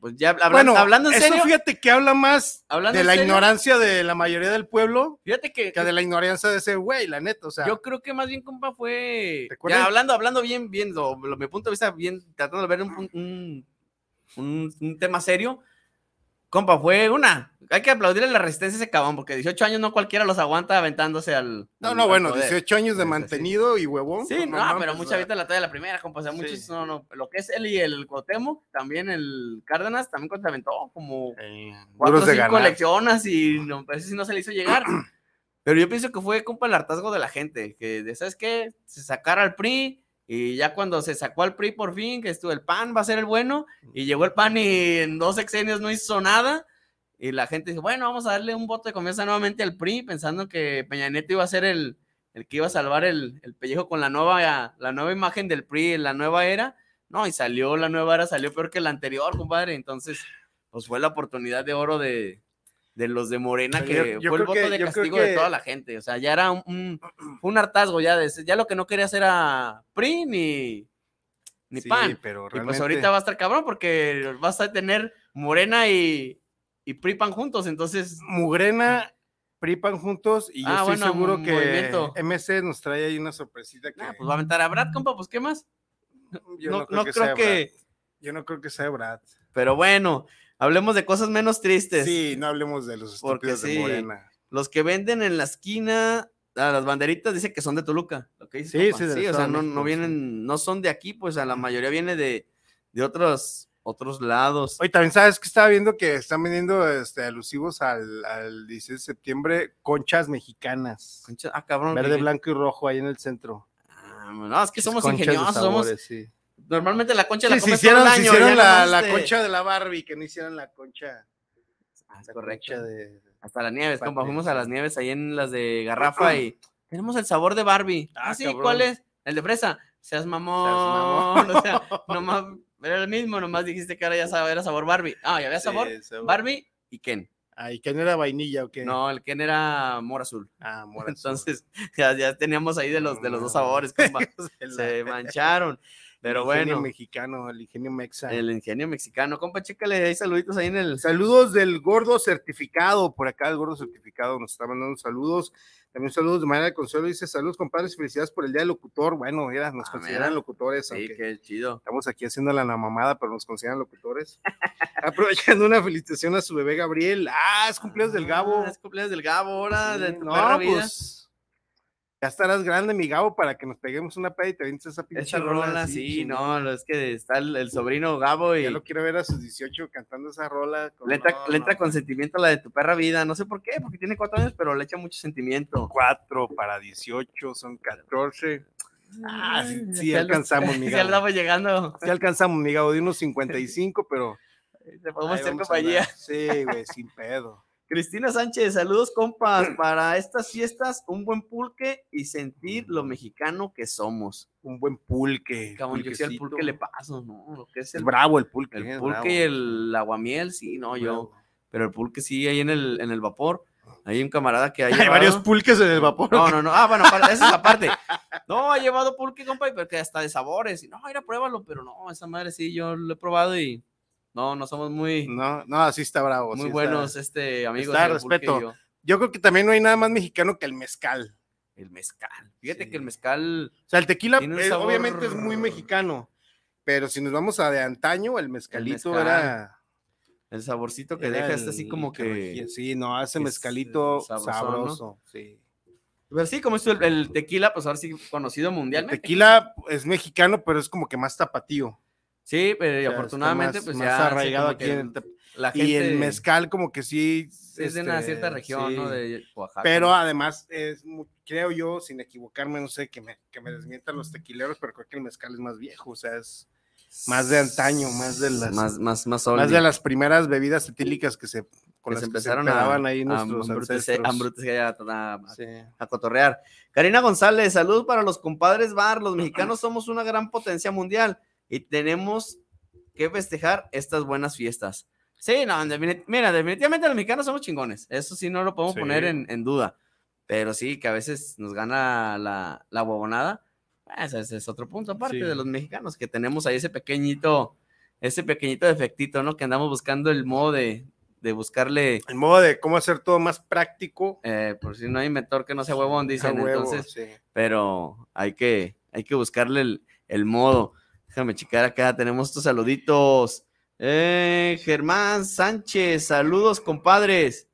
Speaker 4: Pues ya hablan- hablando en
Speaker 5: eso
Speaker 4: serio,
Speaker 5: fíjate que habla más
Speaker 4: hablando
Speaker 5: de
Speaker 4: en
Speaker 5: la
Speaker 4: serio,
Speaker 5: ignorancia de la mayoría del pueblo
Speaker 4: Fíjate que,
Speaker 5: que de la ignorancia de ese güey, la neta, o sea,
Speaker 4: yo creo que más bien, compa, fue.
Speaker 5: ¿Te acuerdas?
Speaker 4: Ya hablando, hablando bien, bien, lo, lo- mi punto de vista, bien, tratando de ver un, pun- un, un- un tema serio. Compa, fue una. Hay que aplaudirle la resistencia a ese cabrón, porque 18 años no cualquiera los aguanta aventándose al.
Speaker 5: no,
Speaker 4: al-
Speaker 5: no,
Speaker 4: al
Speaker 5: bueno,
Speaker 4: poder.
Speaker 5: 18 años de
Speaker 4: Sí, sí.
Speaker 5: mantenido y huevón.
Speaker 4: Sí,
Speaker 5: pues,
Speaker 4: no,
Speaker 5: mames,
Speaker 4: pero
Speaker 5: o
Speaker 4: mucha
Speaker 5: sea,
Speaker 4: ahorita la talla de la primera, compa. O sea,
Speaker 5: Sí.
Speaker 4: muchos, no, no. Lo que es él y el Cuauhtémoc, también el Cárdenas, también cuando se aventó como
Speaker 5: eh,
Speaker 4: cuatro
Speaker 5: duros de
Speaker 4: cinco
Speaker 5: ganar.
Speaker 4: lecciones y no, parece si no se le hizo llegar. Pero yo pienso que fue compa el hartazgo de la gente, que de, ¿sabes qué? Se sacara al PRI y ya cuando se sacó al PRI por fin, que estuvo el PAN, va a ser el bueno, y llegó el PAN y en dos sexenios no hizo nada. Y la gente dijo, bueno, vamos a darle un voto de confianza nuevamente al PRI, pensando que Peña Nieto iba a ser el, el que iba a salvar el, el pellejo con la nueva, la nueva imagen del PRI, la nueva era. No, y salió la nueva era, salió peor que la anterior, compadre. Entonces, pues fue la oportunidad de oro de, de los de Morena,
Speaker 5: Yo-
Speaker 4: que
Speaker 5: yo
Speaker 4: fue el
Speaker 5: creo
Speaker 4: voto
Speaker 5: que-
Speaker 4: de
Speaker 5: yo creo
Speaker 4: castigo
Speaker 5: que-
Speaker 4: de toda la gente. O sea, ya era un, un, fue un hartazgo, ya, de, ya lo que no quería hacer era PRI ni, ni
Speaker 5: Sí,
Speaker 4: PAN.
Speaker 5: pero
Speaker 4: Y pues
Speaker 5: realmente-
Speaker 4: ahorita va a estar cabrón porque vas a tener Morena y, y PRI PAN juntos, entonces
Speaker 5: Mugrena Pripan juntos y yo
Speaker 4: Ah,
Speaker 5: estoy
Speaker 4: bueno,
Speaker 5: seguro que
Speaker 4: movimiento.
Speaker 5: MC nos trae ahí una sorpresita que
Speaker 4: nah, pues va a aventar a Brad, compa, pues ¿qué más?
Speaker 5: yo
Speaker 4: no, no
Speaker 5: sea
Speaker 4: creo que...
Speaker 5: Brad. yo no creo que sea Brad.
Speaker 4: Pero bueno, hablemos de cosas menos tristes.
Speaker 5: Sí, no hablemos de los
Speaker 4: Este, Porque
Speaker 5: estúpidos de
Speaker 4: sí.
Speaker 5: Morena.
Speaker 4: Los que venden en la esquina, a las banderitas, dice que son de Toluca. Lo que dice
Speaker 5: Sí,
Speaker 4: compa.
Speaker 5: sí, del
Speaker 4: o
Speaker 5: Estado
Speaker 4: sea,
Speaker 5: de
Speaker 4: no,
Speaker 5: México,
Speaker 4: no vienen, no son de aquí, pues a la mayoría viene de, de otros, otros lados.
Speaker 5: Oye, también sabes que estaba viendo que están vendiendo este, alusivos al, al 16 de septiembre conchas mexicanas.
Speaker 4: Concha- ah, cabrón.
Speaker 5: Verde,
Speaker 4: que-
Speaker 5: blanco y rojo ahí en el centro.
Speaker 4: Ah, no, es que somos
Speaker 5: Conchas de
Speaker 4: ingeniosos, somos.
Speaker 5: sabores, sí.
Speaker 4: Normalmente la concha
Speaker 5: Sí,
Speaker 4: la
Speaker 5: si
Speaker 4: comes
Speaker 5: hicieron,
Speaker 4: todo el
Speaker 5: si
Speaker 4: año,
Speaker 5: hicieron
Speaker 4: ya
Speaker 5: la,
Speaker 4: nomás este,
Speaker 5: la
Speaker 4: te-
Speaker 5: concha de la Barbie, que no hicieron la concha.
Speaker 4: Ah, es
Speaker 5: la
Speaker 4: correcto.
Speaker 5: concha de-
Speaker 4: Hasta las nieves, compa.
Speaker 5: Patria,
Speaker 4: Fuimos
Speaker 5: sí.
Speaker 4: a las nieves ahí en las de garrafa y tenemos el sabor de Barbie. Ah,
Speaker 5: Ah,
Speaker 4: sí,
Speaker 5: cabrón.
Speaker 4: ¿cuál es? El de fresa. Seas mamón. O sea, nomás era el mismo, nomás dijiste que ahora ya sab- era sabor Barbie. Ah, ya había sabor
Speaker 5: Sí, sabor.
Speaker 4: Barbie y Ken.
Speaker 5: Ay, que no era vainilla o qué.
Speaker 4: No, el Ken era mora azul.
Speaker 5: Ah, mora.
Speaker 4: Entonces, ya, ya teníamos ahí de los, de los dos
Speaker 5: No.
Speaker 4: sabores, compa.
Speaker 5: El-
Speaker 4: Se mancharon. Pero
Speaker 5: el
Speaker 4: bueno,
Speaker 5: ingenio mexicano, el ingenio mexa.
Speaker 4: el ingenio mexicano. Compa, chécale ahí saluditos ahí en el.
Speaker 5: Saludos del gordo certificado. Por acá el gordo certificado nos está mandando saludos. También saludos de manera de consuelo. Dice saludos, compadres, y felicidades por el día del locutor. Bueno, mira, nos
Speaker 4: Ah,
Speaker 5: consideran
Speaker 4: mira.
Speaker 5: locutores.
Speaker 4: Sí,
Speaker 5: aunque
Speaker 4: qué chido.
Speaker 5: Estamos aquí haciendo la mamada, pero nos consideran locutores. Aprovechando una felicitación a su bebé Gabriel. Ah, es cumpleaños del Gabo.
Speaker 4: Ah, Es Ah, cumpleaños del Gabo, ahora. de
Speaker 5: Sí,
Speaker 4: tu perra vida.
Speaker 5: pues, Ya estarás grande, mi Gabo, para que nos peguemos una peda y te avientes esa pinche
Speaker 4: Esa rola,
Speaker 5: así,
Speaker 4: sí,
Speaker 5: chingón.
Speaker 4: no, lo- es que está el, el sobrino Gabo y
Speaker 5: Ya lo
Speaker 4: le
Speaker 5: quiero ver a sus 18 cantando esa rola. con-
Speaker 4: entra,
Speaker 5: no,
Speaker 4: le entra
Speaker 5: no.
Speaker 4: con sentimiento la de tu perra vida, no sé por qué, porque tiene cuatro años, pero le echa mucho sentimiento.
Speaker 5: 4 para 18 son 14. Ah, sí, sí
Speaker 4: Mm, Ya lo-
Speaker 5: alcanzamos, mi
Speaker 4: Ya le
Speaker 5: Gabo.
Speaker 4: estamos llegando, eh,
Speaker 5: Sí alcanzamos, mi Gabo, de unos 55, pero...
Speaker 4: le podemos
Speaker 5: ahí
Speaker 4: hacer
Speaker 5: vamos a andar.
Speaker 4: compañía.
Speaker 5: Sí, güey, sin pedo.
Speaker 4: ¿Qué Cristina Sánchez, saludos compas. Para estas fiestas, un buen pulque y sentir
Speaker 5: Mm.
Speaker 4: lo mexicano que somos.
Speaker 5: Un buen pulque.
Speaker 4: Cabrón, yo sí al pulque le paso, ¿no? Lo que es el,
Speaker 5: Es bravo el pulque.
Speaker 4: el
Speaker 5: es
Speaker 4: pulque
Speaker 5: bravo.
Speaker 4: y el aguamiel, sí, no, yo. Pero el pulque sí, ahí en el, en el vapor. Hay un camarada que ha
Speaker 5: Ah. Hay varios
Speaker 4: llevado-
Speaker 5: pulques en el vapor.
Speaker 4: No, no, no. Ah, bueno, para- esa es la parte. No, ha llevado pulque, compa, pero que hasta de sabores. Y no, mira, pruébalo, pero no, esa madre sí, yo lo he probado y no, no somos muy,
Speaker 5: No, no, así está bravo.
Speaker 4: muy
Speaker 5: sí está.
Speaker 4: buenos, este, amigos.
Speaker 5: está
Speaker 4: del pulque y
Speaker 5: respeto.
Speaker 4: yo.
Speaker 5: Yo creo que también no hay nada más mexicano que el mezcal.
Speaker 4: El mezcal. Fíjate que el mezcal,
Speaker 5: O sea, el tequila
Speaker 4: Tiene un
Speaker 5: eh,
Speaker 4: sabor-
Speaker 5: obviamente es muy mexicano, pero si nos vamos a de antaño, el mezcalito
Speaker 4: mezcal
Speaker 5: era...
Speaker 4: el saborcito que
Speaker 5: era
Speaker 4: deja,
Speaker 5: el-
Speaker 4: está así como que.
Speaker 5: Sí, no, hace
Speaker 4: que es,
Speaker 5: mezcalito
Speaker 4: eh, sabroso,
Speaker 5: sabroso. sí.
Speaker 4: Pero sí, como es el, el tequila, pues ahora sí conocido
Speaker 5: El
Speaker 4: mundialmente.
Speaker 5: tequila es mexicano, pero es como que más tapatío.
Speaker 4: Sí, pero
Speaker 5: O sea,
Speaker 4: afortunadamente,
Speaker 5: está
Speaker 4: pues
Speaker 5: más
Speaker 4: ya. sí,
Speaker 5: arraigado
Speaker 4: como
Speaker 5: aquí
Speaker 4: que
Speaker 5: en el tap-
Speaker 4: La gente
Speaker 5: Y el mezcal como que sí...
Speaker 4: es de una
Speaker 5: este,
Speaker 4: cierta región,
Speaker 5: sí.
Speaker 4: ¿no? De Oaxaca.
Speaker 5: Pero además, es, mu- creo yo, sin equivocarme, no sé, que me, que me desmientan los tequileros, pero creo que el mezcal es más viejo, o sea, es más de antaño, más de las-
Speaker 4: Más, más, más,
Speaker 5: más
Speaker 4: oldie.
Speaker 5: de las primeras bebidas etílicas que se, con
Speaker 4: que
Speaker 5: las
Speaker 4: se
Speaker 5: que se
Speaker 4: empezaron a,
Speaker 5: empezaban ahí
Speaker 4: a
Speaker 5: nuestros
Speaker 4: embrutecer-
Speaker 5: ancestros.
Speaker 4: a embrutecer, a- a- a-
Speaker 5: Sí.
Speaker 4: a cotorrear. Karina González, salud para los compadres Bar. Los mexicanos somos una gran potencia mundial y tenemos que festejar estas buenas fiestas. Sí, no, defini- mira, definitivamente los mexicanos somos chingones. Eso sí no lo podemos
Speaker 5: Sí.
Speaker 4: poner en, en duda. Pero sí, que a veces nos gana la, la huevonada. Ah, Ese, ese es otro punto aparte
Speaker 5: Sí.
Speaker 4: de los mexicanos, que tenemos ahí ese pequeñito, ese pequeñito defectito, ¿no? Que andamos buscando el modo de, de buscarle
Speaker 5: El modo de cómo hacer todo más práctico.
Speaker 4: eh, por si no hay mentor que no sea huevón, dicen.
Speaker 5: a huevo,
Speaker 4: entonces,
Speaker 5: sí.
Speaker 4: pero hay que, hay que buscarle el, el modo. Déjame checar acá, tenemos tus saluditos. Eh, Germán Sánchez, saludos, compadres.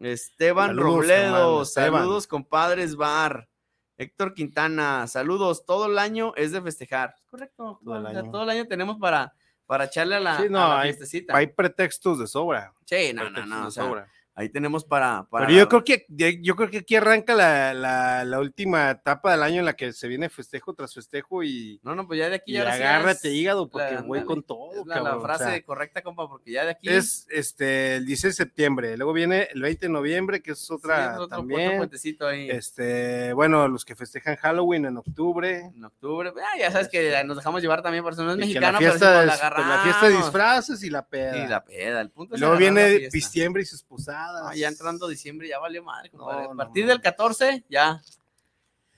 Speaker 4: Esteban
Speaker 5: Saludos,
Speaker 4: Robledo,
Speaker 5: Germán, Esteban.
Speaker 4: saludos, compadres Bar. Héctor Quintana, saludos. Todo el año es de festejar. Correcto.
Speaker 5: Todo el
Speaker 4: o sea,
Speaker 5: año.
Speaker 4: todo el año tenemos para, para echarle a la,
Speaker 5: Sí, no,
Speaker 4: a la
Speaker 5: hay-
Speaker 4: fiestecita.
Speaker 5: Hay pretextos de sobra.
Speaker 4: sí, no, no,
Speaker 5: pretextos
Speaker 4: no.
Speaker 5: de
Speaker 4: o sea,
Speaker 5: sobra.
Speaker 4: ahí tenemos para. para
Speaker 5: Pero yo creo que yo creo que aquí arranca la, la- la última etapa del año en la que se viene festejo tras festejo y,
Speaker 4: No, no, pues ya de aquí
Speaker 5: y
Speaker 4: ya ahora sí ya
Speaker 5: agárrate
Speaker 4: es-
Speaker 5: hígado porque
Speaker 4: la-
Speaker 5: voy
Speaker 4: ándale,
Speaker 5: con todo.
Speaker 4: Es la, la
Speaker 5: cabrón, o
Speaker 4: frase
Speaker 5: sea,
Speaker 4: correcta, compa, porque ya de aquí
Speaker 5: es este el 16 de septiembre, luego viene el 20 de noviembre, que es
Speaker 4: sí,
Speaker 5: otra
Speaker 4: es otro, otro
Speaker 5: también.
Speaker 4: puentecito ahí
Speaker 5: este, bueno, los que festejan Halloween en octubre.
Speaker 4: en octubre. Ah, ya sabes que nos dejamos llevar también por eso no es
Speaker 5: y que
Speaker 4: mexicano,
Speaker 5: la fiesta,
Speaker 4: pero sí,
Speaker 5: es-
Speaker 4: pues, la
Speaker 5: pues, la fiesta de
Speaker 4: agarramos.
Speaker 5: disfraces y la peda.
Speaker 4: Sí, la peda, el
Speaker 5: Y
Speaker 4: punto es
Speaker 5: luego
Speaker 4: agarrar la
Speaker 5: viene
Speaker 4: fiesta.
Speaker 5: diciembre y sus posadas.
Speaker 4: Ah, ya entrando diciembre ya valió madre, compadre.
Speaker 5: No,
Speaker 4: A
Speaker 5: no
Speaker 4: partir
Speaker 5: mames.
Speaker 4: del 14 ya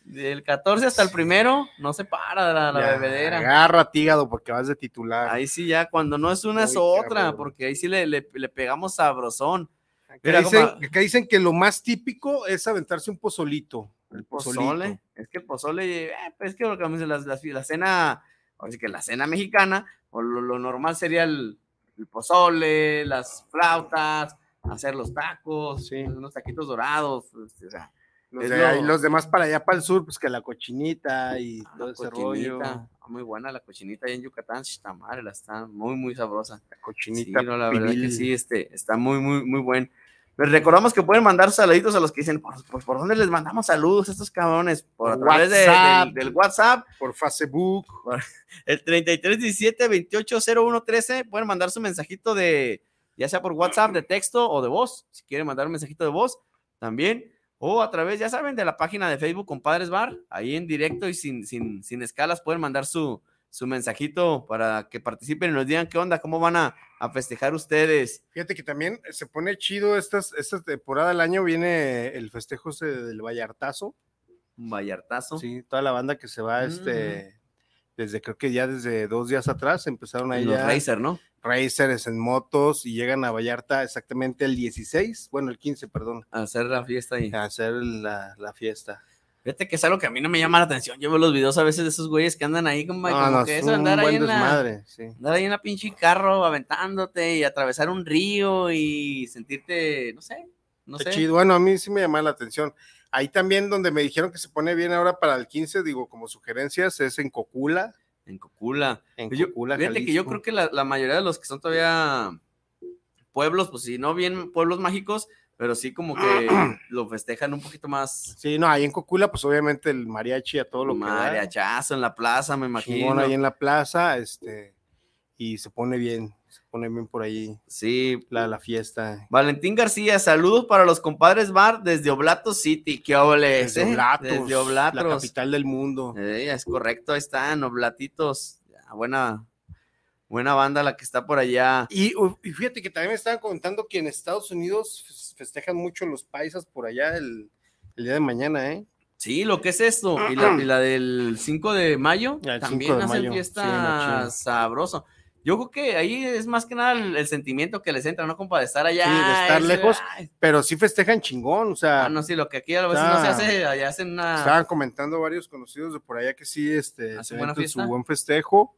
Speaker 4: del 14 hasta el primero no se para la, la
Speaker 5: Ya,
Speaker 4: bebedera.
Speaker 5: Agárrate hígado porque vas de titular.
Speaker 4: Ahí sí ya cuando no es una es
Speaker 5: Uy,
Speaker 4: otra,
Speaker 5: cabrón.
Speaker 4: porque ahí sí le, le, le pegamos sabrosón.
Speaker 5: Acá,
Speaker 4: Mira,
Speaker 5: dicen,
Speaker 4: compa.
Speaker 5: acá dicen que lo más típico es aventarse un pozolito. El pozolito.
Speaker 4: pozole. Es que el pozole, eh, pues es que lo que vamos a decir, las- las- la cena, así que la cena mexicana, o lo, lo normal sería el, el pozole, las flautas, hacer los tacos,
Speaker 5: Sí.
Speaker 4: unos taquitos dorados, pues, o sea,
Speaker 5: Los,
Speaker 4: Es
Speaker 5: de
Speaker 4: lo-
Speaker 5: ahí- los demás para allá, para el sur, pues que la cochinita y
Speaker 4: la
Speaker 5: todo ese rollo.
Speaker 4: cochinita. Ah, Muy buena la cochinita ahí en Yucatán, esta madre, la está muy, muy sabrosa.
Speaker 5: La
Speaker 4: Sí,
Speaker 5: cochinita.
Speaker 4: no, la verdad que
Speaker 5: pibil.
Speaker 4: sí, este, está muy, muy, muy buen. Les recordamos que pueden mandar saluditos a los que dicen, pues, pues, ¿por dónde les mandamos saludos a estos cabrones? Por a través de-
Speaker 5: WhatsApp.
Speaker 4: del- del WhatsApp,
Speaker 5: Por Facebook.
Speaker 4: El 3317-280113. Pueden mandar su mensajito de, ya sea por WhatsApp, de texto o de voz. Si quieren mandar un mensajito de voz, también. O a través, ya saben, de la página de Facebook Compadres Bar. Ahí en directo y sin, sin, sin escalas pueden mandar su, su mensajito para que participen y nos digan qué onda, cómo van a, a festejar ustedes.
Speaker 5: Fíjate que también se pone chido estas, esta temporada del año. Viene el festejo ese del Vallartazo.
Speaker 4: Un vallartazo.
Speaker 5: Sí, toda la banda que se va, este. Desde creo que ya desde dos días atrás empezaron ahí
Speaker 4: Y Mm. los
Speaker 5: ya.
Speaker 4: Racer, ¿no?
Speaker 5: racers en motos y llegan a Vallarta exactamente el 16, bueno, el 15, perdón,
Speaker 4: A hacer la fiesta ahí.
Speaker 5: a hacer la, la fiesta.
Speaker 4: Fíjate que es algo que a mí no me llama la atención. Yo veo los videos a veces de esos güeyes que andan ahí como, como que eso, de andar ahí en la,
Speaker 5: sí.
Speaker 4: andar ahí en la pinche carro aventándote y atravesar un río y sentirte, no sé, no
Speaker 5: Está
Speaker 4: sé.
Speaker 5: chido. Bueno, a mí sí me llama la atención. Ahí también donde me dijeron que se pone bien ahora para el 15, digo, como sugerencias, es en Cocula.
Speaker 4: En Cocula.
Speaker 5: En
Speaker 4: Yo-
Speaker 5: Cocula,
Speaker 4: fíjate que yo
Speaker 5: Jalisco.
Speaker 4: creo que la, la mayoría de los que son todavía pueblos, pues si no bien pueblos mágicos, pero sí como que lo festejan un poquito más
Speaker 5: Sí, no, ahí en Cocula, pues obviamente el mariachi a todo lo que da.
Speaker 4: mariachazo en la plaza, me imagino.
Speaker 5: Chingón ahí en la plaza, este, y se pone bien. Se pone bien por ahí
Speaker 4: Sí.
Speaker 5: la, la fiesta.
Speaker 4: Valentín García, saludos para los compadres Bar desde Oblato City. ¿Qué ole?
Speaker 5: Desde
Speaker 4: eh?
Speaker 5: Oblatos,
Speaker 4: Desde
Speaker 5: la
Speaker 4: Oblatos.
Speaker 5: capital del mundo.
Speaker 4: Eh, es correcto, ahí están, Oblatitos. Ya, Buena, buena banda la que está por allá.
Speaker 5: Y, u- y fíjate que también me estaban contando que en Estados Unidos fes- festejan mucho los paisas por allá el, el día de mañana, ¿eh?
Speaker 4: Sí, lo que es esto. Y la, y la del 5 de mayo
Speaker 5: La del
Speaker 4: también
Speaker 5: 5 de
Speaker 4: hacen
Speaker 5: mayo, sí,
Speaker 4: fiesta
Speaker 5: machín.
Speaker 4: sabroso. Yo creo que ahí es más que nada el, el sentimiento que les entra, ¿no? Compa, de estar allá.
Speaker 5: Sí, de estar
Speaker 4: ese-
Speaker 5: lejos.
Speaker 4: ay,
Speaker 5: Pero sí festejan chingón, o sea,
Speaker 4: ah, no, sí, lo que aquí a veces no se
Speaker 5: Está-
Speaker 4: hace, allá hacen una.
Speaker 5: estaban comentando varios conocidos de por allá que sí, este,
Speaker 4: ¿Hacen
Speaker 5: se
Speaker 4: buena
Speaker 5: aventan
Speaker 4: fiesta?
Speaker 5: su buen festejo.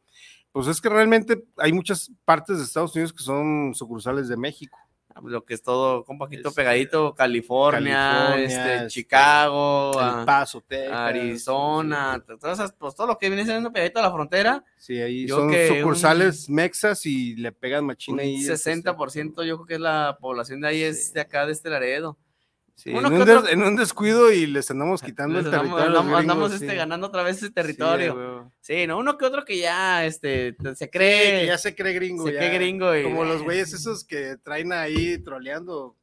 Speaker 5: Pues es que realmente hay muchas partes de Estados Unidos que son sucursales de México.
Speaker 4: Lo que es todo un poquito
Speaker 5: Este,
Speaker 4: pegadito, California,
Speaker 5: California,
Speaker 4: este,
Speaker 5: este,
Speaker 4: Chicago,
Speaker 5: El
Speaker 4: a-
Speaker 5: Paso, Texas.
Speaker 4: Arizona,
Speaker 5: sí,
Speaker 4: todas esas- pues, todo lo que viene siendo pegadito a la frontera,
Speaker 5: Sí, ahí
Speaker 4: Yo
Speaker 5: son
Speaker 4: que un-
Speaker 5: sucursales mexas y este, le pegan
Speaker 4: un
Speaker 5: machina ahí. el
Speaker 4: 60% yo creo que es la población de ahí, es de acá, de este Laredo.
Speaker 5: Sí,
Speaker 4: Uno
Speaker 5: en,
Speaker 4: que
Speaker 5: un
Speaker 4: otro-
Speaker 5: des- en un descuido y les andamos Pues quitando
Speaker 4: Entonces,
Speaker 5: el
Speaker 4: andamos-
Speaker 5: territorio. a los
Speaker 4: andamos, andamos,
Speaker 5: gringos,
Speaker 4: este,
Speaker 5: sí.
Speaker 4: ganando otra vez ese
Speaker 5: Sí,
Speaker 4: territorio.
Speaker 5: güey.
Speaker 4: Sí, no, uno que otro que ya este, te- se
Speaker 5: Sí,
Speaker 4: cree,
Speaker 5: que ya se cree gringo.
Speaker 4: se
Speaker 5: ya.
Speaker 4: cree gringo. y- eh,
Speaker 5: Como los güeyes esos que traen ahí troleando.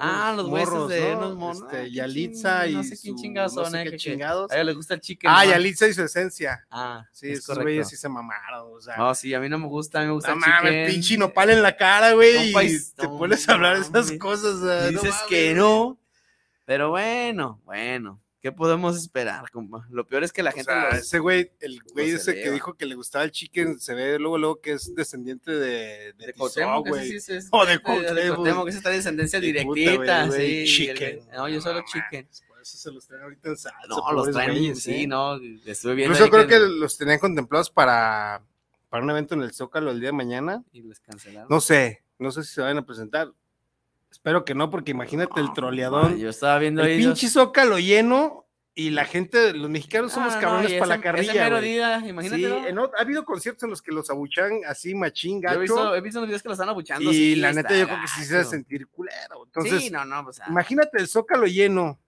Speaker 4: Ah, los güeyes
Speaker 5: morros,
Speaker 4: de
Speaker 5: ¿no?
Speaker 4: unos monos.
Speaker 5: Este,
Speaker 4: ah, qué
Speaker 5: Yalitza
Speaker 4: ching-
Speaker 5: y
Speaker 4: No sé quién
Speaker 5: su-
Speaker 4: chingados
Speaker 5: no
Speaker 4: son,
Speaker 5: sé
Speaker 4: eh,
Speaker 5: qué
Speaker 4: que- que
Speaker 5: chingados.
Speaker 4: A ellos les gusta el chicken.
Speaker 5: Ah,
Speaker 4: man.
Speaker 5: Yalitza y su esencia.
Speaker 4: Ah,
Speaker 5: Sí,
Speaker 4: es
Speaker 5: esos
Speaker 4: correcto.
Speaker 5: güeyes sí se mamaron. O sea,
Speaker 4: No, sí, a mí no me gusta, a mí me gusta
Speaker 5: no
Speaker 4: el
Speaker 5: mames,
Speaker 4: chicken.
Speaker 5: pinche nopal en la cara, güey.
Speaker 4: Compa,
Speaker 5: Y
Speaker 4: es-
Speaker 5: te
Speaker 4: no
Speaker 5: pones a hablar esas
Speaker 4: mames.
Speaker 5: cosas. o sea,
Speaker 4: Y
Speaker 5: no
Speaker 4: dices
Speaker 5: mames.
Speaker 4: que no. Pero bueno, bueno, ¿qué podemos esperar, compa? Lo peor es que la
Speaker 5: O
Speaker 4: gente
Speaker 5: sea,
Speaker 4: los-
Speaker 5: ese güey, el güey
Speaker 4: los
Speaker 5: ese que
Speaker 4: eleva.
Speaker 5: dijo que le gustaba el chicken, se ve luego, luego que es descendiente de, de,
Speaker 4: de
Speaker 5: Tizó,
Speaker 4: Cuauhtémoc, ese
Speaker 5: güey.
Speaker 4: sí es- es-
Speaker 5: O de
Speaker 4: de- de
Speaker 5: Cuauhtémoc.
Speaker 4: Cuauhtémoc, esa está descendencia
Speaker 5: Sí, puta,
Speaker 4: directita,
Speaker 5: güey, güey,
Speaker 4: sí, y el-
Speaker 5: chicken.
Speaker 4: no, yo solo
Speaker 5: mames,
Speaker 4: chicken.
Speaker 5: Por eso se los traen ahorita en salsa.
Speaker 4: No, los
Speaker 5: pobres
Speaker 4: traen,
Speaker 5: güeyes,
Speaker 4: sí,
Speaker 5: ¿eh?
Speaker 4: no, estuve viendo
Speaker 5: Incluso
Speaker 4: ahí
Speaker 5: creo que
Speaker 4: el-
Speaker 5: los tenían contemplados para, para un evento en el Zócalo el día de mañana.
Speaker 4: y les cancelaron.
Speaker 5: No sé, no sé si se van a presentar. Espero que no, porque imagínate el
Speaker 4: No,
Speaker 5: troleadón.
Speaker 4: Yo estaba viendo
Speaker 5: el
Speaker 4: ahí los-
Speaker 5: pinche Zócalo lleno y la gente, los mexicanos somos
Speaker 4: Ah, no,
Speaker 5: cabrones
Speaker 4: y
Speaker 5: para la
Speaker 4: ese- ese
Speaker 5: carrilla.
Speaker 4: mero
Speaker 5: güey.
Speaker 4: día,
Speaker 5: Sí,
Speaker 4: imagínate. ¿no?
Speaker 5: en ot- ha habido conciertos en los que los abuchan así machín,
Speaker 4: Yo he
Speaker 5: gacho.
Speaker 4: visto, he visto unos videos que lo están abuchando.
Speaker 5: y
Speaker 4: sí,
Speaker 5: la
Speaker 4: está
Speaker 5: neta, yo creo que sí se hace
Speaker 4: gacho. Ah.
Speaker 5: sentir culero. Entonces,
Speaker 4: sí, no, no, pues, o sea,
Speaker 5: imagínate el Zócalo lleno.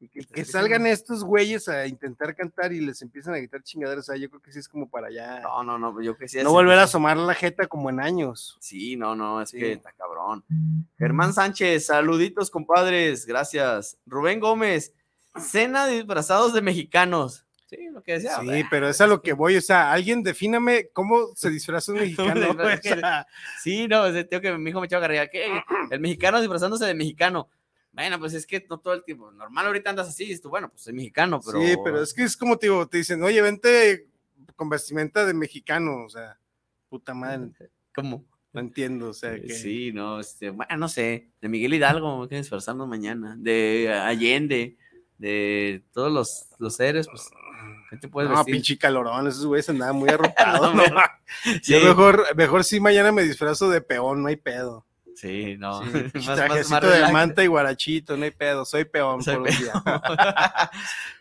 Speaker 4: y
Speaker 5: Y que
Speaker 4: empiecen-
Speaker 5: salgan estos güeyes a intentar cantar y les empiezan a gritar chingaderas. O sea, yo creo que sí es como para allá.
Speaker 4: No, no, no, yo que sí. pues,
Speaker 5: no
Speaker 4: es-
Speaker 5: volver a asomar la jeta como en años.
Speaker 4: Sí, no, no, es
Speaker 5: Sí.
Speaker 4: que está cabrón. Germán Sánchez, saluditos, compadres, gracias. Rubén Gómez, cena de disfrazados de mexicanos. Sí, lo que decía.
Speaker 5: Sí,
Speaker 4: bah,
Speaker 5: pero es a lo que voy. O sea, alguien defíname cómo se disfraza un mexicano.
Speaker 4: ¿Cómo se
Speaker 5: o sea,
Speaker 4: Sí, no, ese tío que mi hijo me echaba carrera, que el mexicano disfrazándose de mexicano. Bueno, pues es que no todo el tiempo. Normal ahorita andas así, dices tú, bueno, pues soy mexicano, pero.
Speaker 5: Sí, pero es que es como te digo, te dicen, oye, vente con vestimenta de mexicano. O sea, puta madre,
Speaker 4: ¿Cómo?
Speaker 5: no entiendo. O sea, que...
Speaker 4: Eh, Sí, no, este, bueno, no sé, de Miguel Hidalgo, hay que disfrazarnos mañana, de Allende, de todos los, los seres, pues, ¿qué te puedes
Speaker 5: No,
Speaker 4: vestir?
Speaker 5: pinche calorón, esos güeyes andaban muy arropados.
Speaker 4: No,
Speaker 5: no,
Speaker 4: me-
Speaker 5: Yo
Speaker 4: Sí.
Speaker 5: mejor, mejor sí mañana me disfrazo de peón, no hay pedo.
Speaker 4: Sí, no.
Speaker 5: Sí,
Speaker 4: Más- más- más
Speaker 5: trajecito de
Speaker 4: relax.
Speaker 5: manta y guarachito, no hay pedo, soy peón
Speaker 4: Soy
Speaker 5: por un día.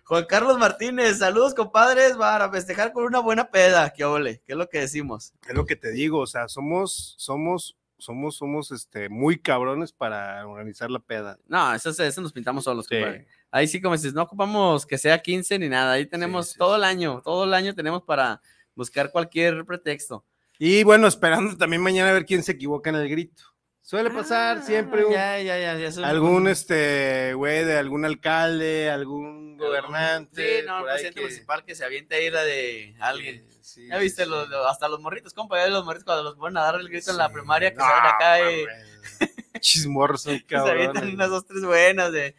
Speaker 4: Juan Carlos Martínez, saludos compadres para festejar con una buena peda, qué ole, qué es lo que decimos.
Speaker 5: Es lo que te digo, o sea, somos, somos, somos, somos este muy cabrones para organizar la peda.
Speaker 4: No, eso, se- eso nos pintamos solos,
Speaker 5: Sí.
Speaker 4: compadre. Ahí sí, como dices, no ocupamos que sea 15 ni nada, ahí tenemos
Speaker 5: sí,
Speaker 4: todo
Speaker 5: sí.
Speaker 4: el año, todo el año tenemos para buscar cualquier pretexto.
Speaker 5: Y bueno, esperando también mañana a ver quién se equivoca en el grito. Suele pasar
Speaker 4: Ah,
Speaker 5: siempre un-
Speaker 4: ya, ya, ya, ya es un-
Speaker 5: algún este güey de algún alcalde, algún gobernante.
Speaker 4: Sí, no, el
Speaker 5: por ahí
Speaker 4: presidente
Speaker 5: que-
Speaker 4: municipal que se avienta ahí la de alguien.
Speaker 5: Sí, sí,
Speaker 4: Ya viste,
Speaker 5: sí,
Speaker 4: los-
Speaker 5: sí.
Speaker 4: los- hasta los morritos, compa, ya los morritos cuando los ponen a dar el grito en la
Speaker 5: Sí,
Speaker 4: primaria que
Speaker 5: no,
Speaker 4: salen acá y
Speaker 5: mames. Chismorros son
Speaker 4: se avientan
Speaker 5: cabrones.
Speaker 4: unas dos, tres buenas de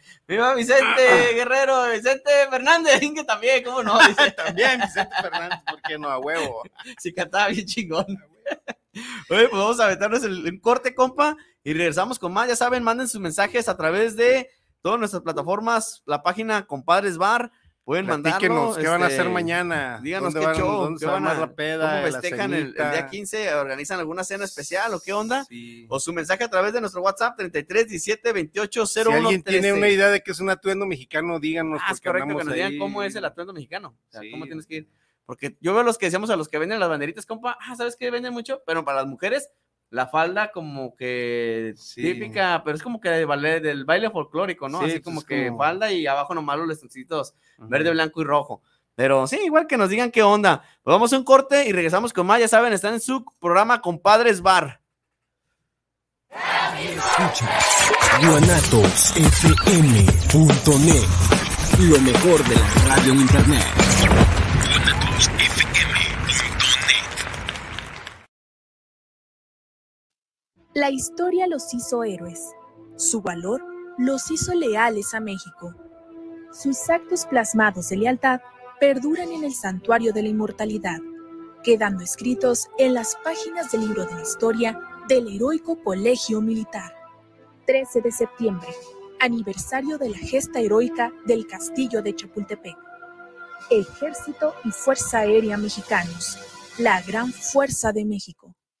Speaker 4: ¡Viva Vicente Guerrero! ¡Vicente Fernández! que también! ¿Cómo no? Dice,
Speaker 5: También Vicente Fernández, ¿por qué no? A huevo.
Speaker 4: si cantaba bien chingón. Oye, pues vamos a aventarnos el, un corte, compa, y regresamos con más. Ya saben, manden sus mensajes a través de todas nuestras plataformas, la página Compadres Bar. Pueden mandarnos.
Speaker 5: Platíquenos, ¿qué van a hacer
Speaker 4: este,
Speaker 5: mañana?
Speaker 4: Díganos
Speaker 5: ¿Dónde
Speaker 4: qué
Speaker 5: van-
Speaker 4: show,
Speaker 5: dónde
Speaker 4: qué
Speaker 5: se va
Speaker 4: van a,
Speaker 5: armar la peda,
Speaker 4: cómo
Speaker 5: la
Speaker 4: festejan el, el día
Speaker 5: cenita?
Speaker 4: 15, organizan alguna cena especial o qué onda.
Speaker 5: Sí.
Speaker 4: O su mensaje a través de nuestro WhatsApp 33 17 28 01
Speaker 5: Si alguien tiene una idea de que es un atuendo mexicano, díganos.
Speaker 4: Ah, es
Speaker 5: porque
Speaker 4: correcto, que
Speaker 5: andamos
Speaker 4: nos digan
Speaker 5: ahí.
Speaker 4: cómo es el atuendo mexicano. O sea,
Speaker 5: Sí.
Speaker 4: cómo tienes que ir. Porque yo veo los que decíamos a los que venden las banderitas, compa, ah, ¿sabes qué venden mucho? Pero para las mujeres, la falda como que
Speaker 5: Sí.
Speaker 4: típica, pero es como que de baile, del baile folclórico, ¿no?
Speaker 5: Sí,
Speaker 4: Así
Speaker 5: pues
Speaker 4: como
Speaker 5: es
Speaker 4: que
Speaker 5: como-
Speaker 4: falda y abajo nomás los lestoncitos
Speaker 5: Ajá.
Speaker 4: verde, blanco y rojo. Pero sí, igual que nos digan qué onda. Pues vamos a un corte y regresamos con más. Ya saben, están en su programa Compadres Bar.
Speaker 6: guanatosfm.net Lo mejor de la radio en internet.
Speaker 7: La historia los hizo héroes. Su valor los hizo leales a México. Sus actos plasmados de lealtad perduran en el santuario de la inmortalidad, quedando escritos en las páginas del libro de la historia del heroico colegio militar. 13 de septiembre, aniversario de la gesta heroica del castillo de Chapultepec. Ejército y Fuerza Aérea Mexicanos, la gran fuerza de México.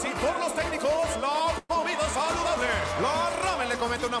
Speaker 8: Sin turnos técnicos, lo movido saludable. Lo Ramen le comete una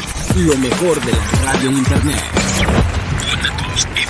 Speaker 6: Lo mejor de la radio en internet. guanatosfm.net.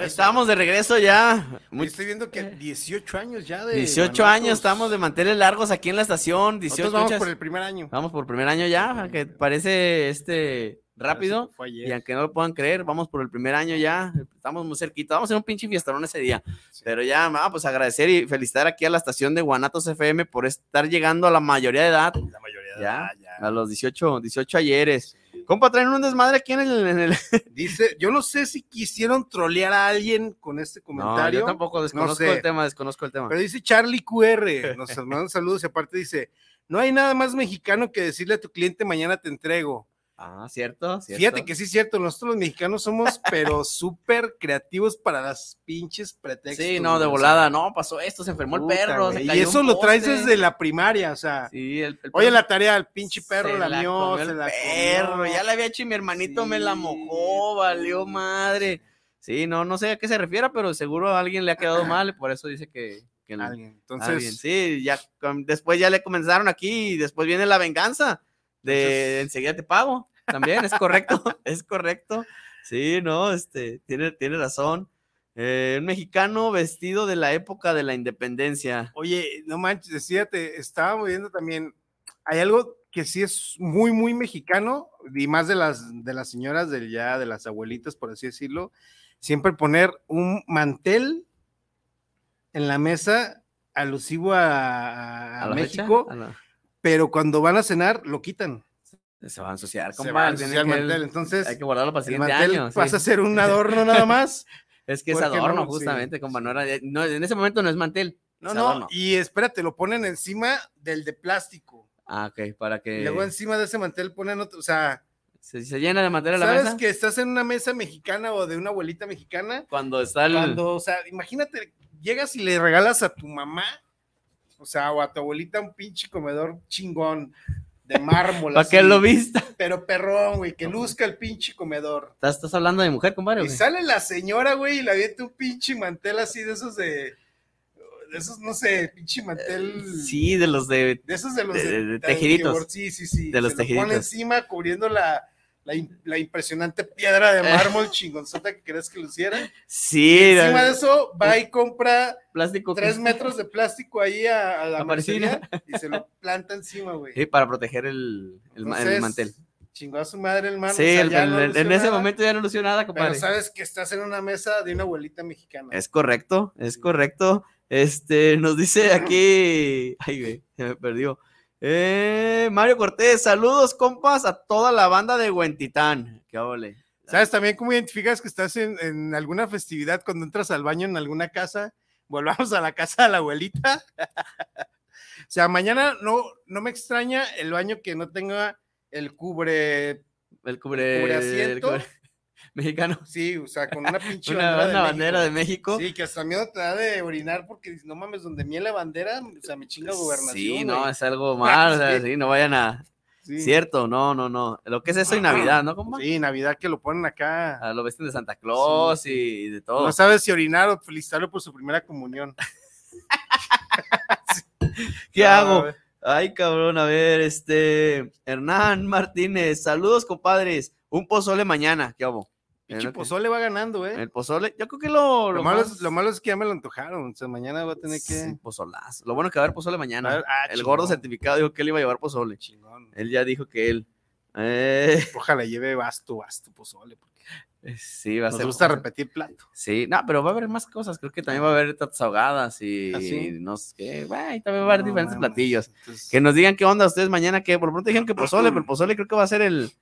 Speaker 4: Estamos de regreso ya.
Speaker 5: Muy... Estoy viendo que 18 años ya de.
Speaker 4: 18
Speaker 5: Guanatos.
Speaker 4: años estamos de manteles largos aquí en la estación. 18
Speaker 5: Nosotros vamos por el primer año.
Speaker 4: Vamos por el primer año ya, que parece este rápido.
Speaker 5: Fue ayer.
Speaker 4: Y aunque no lo puedan creer, vamos por el primer año ya. Estamos muy cerquita. Vamos a hacer un pinche fiestarón ese día. Pero ya, ah, pues agradecer y felicitar aquí a la estación de Guanatos FM por estar llegando a la mayoría de edad.
Speaker 5: La mayoría de
Speaker 4: Ya,
Speaker 5: edad, ya.
Speaker 4: a los 18, 18 ayeres. Compa, traen un desmadre aquí en el. en el-
Speaker 5: Dice, yo no sé si quisieron trolear a alguien con este
Speaker 4: No,
Speaker 5: comentario.
Speaker 4: yo tampoco desconozco
Speaker 5: sé.
Speaker 4: el tema, desconozco el tema.
Speaker 5: Pero dice Charlie QR, nos manda saludos y aparte dice, no hay nada más mexicano que decirle a tu cliente mañana te entrego.
Speaker 4: Ah, cierto, cierto.
Speaker 5: Fíjate que sí es cierto, nosotros los mexicanos somos pero súper creativos para las pinches pretextos.
Speaker 4: Sí, no, de
Speaker 5: güey, o sea,
Speaker 4: volada, no, pasó esto, se enfermó el
Speaker 5: puta,
Speaker 4: perro.
Speaker 5: güey,
Speaker 4: se
Speaker 5: Y
Speaker 4: cayó
Speaker 5: eso
Speaker 4: un
Speaker 5: lo traes
Speaker 4: poste.
Speaker 5: desde la primaria, o sea.
Speaker 4: Sí, el, el
Speaker 5: Oye,
Speaker 4: perro
Speaker 5: la tarea, el pinche perro
Speaker 4: se
Speaker 5: la mío,
Speaker 4: comió
Speaker 5: se
Speaker 4: el
Speaker 5: la
Speaker 4: perro,
Speaker 5: comió.
Speaker 4: ya la había hecho y mi hermanito me la
Speaker 5: Sí.
Speaker 4: mojó, valió madre. Sí, no, no sé a qué se refiera, pero seguro a alguien le ha quedado mal, y por eso dice que, que no.
Speaker 5: Alguien. Entonces,
Speaker 4: Alguien, Sí, ya com- después ya le comenzaron aquí y después viene la venganza de
Speaker 5: Entonces-
Speaker 4: enseguida te pago. También es correcto, es correcto. Sí, no, este, tiene, tiene razón. Eh, un mexicano vestido de la época de la independencia.
Speaker 5: Oye, no manches, fíjate, estaba viendo también, hay algo que sí es muy, muy mexicano, y más de las, de las señoras del ya, de las abuelitas, por así decirlo, siempre poner un mantel en la mesa alusivo a, a
Speaker 4: ¿A la fecha?
Speaker 5: México,
Speaker 4: A la-
Speaker 5: pero cuando van a cenar lo quitan.
Speaker 4: Se va a ensuciar,
Speaker 5: Se va a ensuciar el
Speaker 4: tienen que-
Speaker 5: mantel, entonces,
Speaker 4: Hay que guardarlo para el
Speaker 5: el
Speaker 4: siguiente
Speaker 5: mantel
Speaker 4: año.
Speaker 5: pasa a ser un adorno nada más.
Speaker 4: es que es
Speaker 5: Porque no,
Speaker 4: adorno,
Speaker 5: sí.
Speaker 4: justamente, compa. No, era- no, en ese momento no es mantel.
Speaker 5: No,
Speaker 4: es
Speaker 5: no,
Speaker 4: adorno.
Speaker 5: y espérate, lo ponen encima del de plástico.
Speaker 4: Ah, ok, para que.
Speaker 5: Y luego encima de ese mantel ponen otro, o sea,
Speaker 4: se, se llena de mantel a la
Speaker 5: ¿sabes
Speaker 4: mesa.
Speaker 5: que estás en una mesa mexicana o de una abuelita mexicana?
Speaker 4: Cuando está el.
Speaker 5: Cuando, o sea, imagínate, llegas y le regalas a tu mamá, o sea, o a tu abuelita un pinche comedor chingón de mármol.
Speaker 4: Pa' que
Speaker 5: así,
Speaker 4: lo vista.
Speaker 5: Pero perrón, güey, que luzca el pinche comedor.
Speaker 4: ¿Estás, estás hablando de mujer, compadre? o
Speaker 5: Y
Speaker 4: qué?
Speaker 5: sale la señora, güey, y la avienta un pinche mantel así de esos de. De esos, no sé, pinche mantel.
Speaker 4: Sí, de los de.
Speaker 5: De esos de los
Speaker 4: de,
Speaker 5: de-
Speaker 4: de
Speaker 5: de-
Speaker 4: tejiditos.
Speaker 5: Sí, sí, sí.
Speaker 4: De los
Speaker 5: se lo pone
Speaker 4: tejiditos.
Speaker 5: encima cubriendo la, la, im- la impresionante piedra de mármol chingonzota que crees que luciera.
Speaker 4: Eh. Sí,
Speaker 5: Y encima
Speaker 4: la-
Speaker 5: de eso va y compra
Speaker 4: plástico que-
Speaker 5: tres metros de plástico ahí a, a la
Speaker 4: La parisina.
Speaker 5: mercería y se lo planta encima, güey.
Speaker 4: Sí, para proteger el, el, ma- el
Speaker 5: Entonces,
Speaker 4: mantel.
Speaker 5: Chingó a su madre el man.
Speaker 4: Sí,
Speaker 5: o sea,
Speaker 4: el-
Speaker 5: ya
Speaker 4: el-
Speaker 5: no
Speaker 4: en- en
Speaker 5: lució
Speaker 4: ese
Speaker 5: nada,
Speaker 4: momento ya no lució nada, compadre.
Speaker 5: Pero sabes que estás en una mesa de una abuelita mexicana.
Speaker 4: Es correcto, es correcto. Este, nos dice aquí. Ay, güey, se me perdió. Eh, Mario Cortés, saludos, compas, a toda la banda de Huentitán. Qué ole.
Speaker 5: ¿Sabes también cómo identificas que estás en, en alguna festividad cuando entras al baño en alguna casa? Volvamos a la casa de la abuelita. o sea, mañana no, no me extraña el baño que no tenga el cubre.
Speaker 4: El cubre. el
Speaker 5: asiento.
Speaker 4: cubre- Mexicano.
Speaker 5: Sí, o sea, con una pinche
Speaker 4: Una-
Speaker 5: bandera,
Speaker 4: una
Speaker 5: de,
Speaker 4: bandera de México.
Speaker 5: Sí, que hasta miedo te da de orinar porque dices, no mames, donde mía la bandera, o sea, me chinga gobernación.
Speaker 4: Sí,
Speaker 5: güey".
Speaker 4: no, es algo mal. o sea,
Speaker 5: Sí.
Speaker 4: sí, no vayan a.
Speaker 5: Sí.
Speaker 4: Cierto, no, no, no. Lo que es eso y Navidad, ¿no? compa?
Speaker 5: Sí, Navidad que lo ponen acá.
Speaker 4: Ah, Lo visten de Santa Claus
Speaker 5: Sí,
Speaker 4: y de todo.
Speaker 5: No sabes si orinar o felicitarlo por su primera comunión.
Speaker 4: ¿Qué
Speaker 5: Ah,
Speaker 4: hago?
Speaker 5: a ver.
Speaker 4: Ay, cabrón, a ver, este. Hernán Martínez, saludos, compadres. Un pozole mañana, ¿qué hago?
Speaker 5: Pinche pozole va ganando, ¿eh?
Speaker 4: El pozole, yo creo que lo.
Speaker 5: Lo, malo es, lo malo es que ya me lo antojaron. O sea, mañana voy a tener que.
Speaker 4: Sí, pozolazo. Lo bueno que va a haber pozole mañana.
Speaker 5: Va a haber- ah,
Speaker 4: el gordo
Speaker 5: chingón.
Speaker 4: certificado dijo que él iba a llevar pozole. Él ya dijo que él. Eh,
Speaker 5: Ojalá lleve basto, basto, pozole. Porque
Speaker 4: sí, va a
Speaker 5: nos
Speaker 4: ser.
Speaker 5: gusta repetir plato.
Speaker 4: Sí, no, pero va a haber más cosas. Creo que también va a haber tatas ahogadas y
Speaker 5: ¿Ah, sí?
Speaker 4: no sé qué. Bueno, y también va a haber
Speaker 5: No
Speaker 4: diferentes
Speaker 5: mames,
Speaker 4: platillos.
Speaker 5: entonces-
Speaker 4: Que nos digan qué onda ustedes mañana, que por lo pronto dijeron que pozole, pero el pozole creo que va a ser el.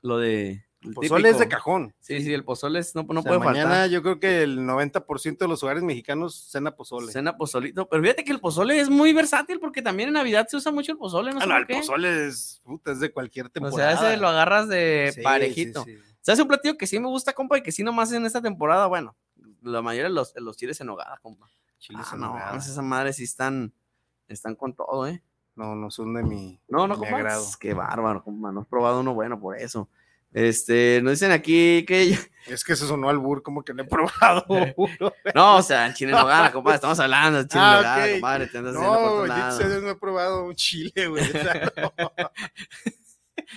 Speaker 4: Lo de. el
Speaker 5: Pozole es de cajón.
Speaker 4: Sí, sí, el pozole es- no, no
Speaker 5: O sea,
Speaker 4: puede
Speaker 5: mañana
Speaker 4: faltar.
Speaker 5: yo creo que el 90% de los hogares mexicanos cena pozole.
Speaker 4: Cena pozolito. Pero fíjate que el pozole es muy versátil porque también en Navidad se usa mucho el pozole. No
Speaker 5: Ah,
Speaker 4: sé
Speaker 5: no,
Speaker 4: por
Speaker 5: el
Speaker 4: qué.
Speaker 5: pozole es, puta, es de cualquier
Speaker 4: O
Speaker 5: temporada.
Speaker 4: sea, ese lo agarras de
Speaker 5: Sí,
Speaker 4: parejito.
Speaker 5: sí, sí.
Speaker 4: Se hace un platillo que sí me gusta, compa, y que sí nomás en esta temporada, bueno, la mayoría de los, de los chiles en hogada, compa.
Speaker 5: Chiles
Speaker 4: ah,
Speaker 5: en
Speaker 4: no,
Speaker 5: nogada.
Speaker 4: esas madres sí están, están con todo, ¿eh?
Speaker 5: No, no son de mi,
Speaker 4: No, no,
Speaker 5: de mi
Speaker 4: compa,
Speaker 5: agrado.
Speaker 4: es que bárbaro, compa, no has probado uno bueno por eso. Este, nos dicen aquí que...
Speaker 5: Es que eso sonó al burro, como que no he probado uno.
Speaker 4: No, o sea, el chile en hogada, compa, estamos hablando del chile en
Speaker 5: Ah,
Speaker 4: hogada,
Speaker 5: ok.
Speaker 4: compadre, te andas haciendo por
Speaker 5: No,
Speaker 4: otro
Speaker 5: yo
Speaker 4: lado.
Speaker 5: ustedes no he probado un chile, güey. o sea, no.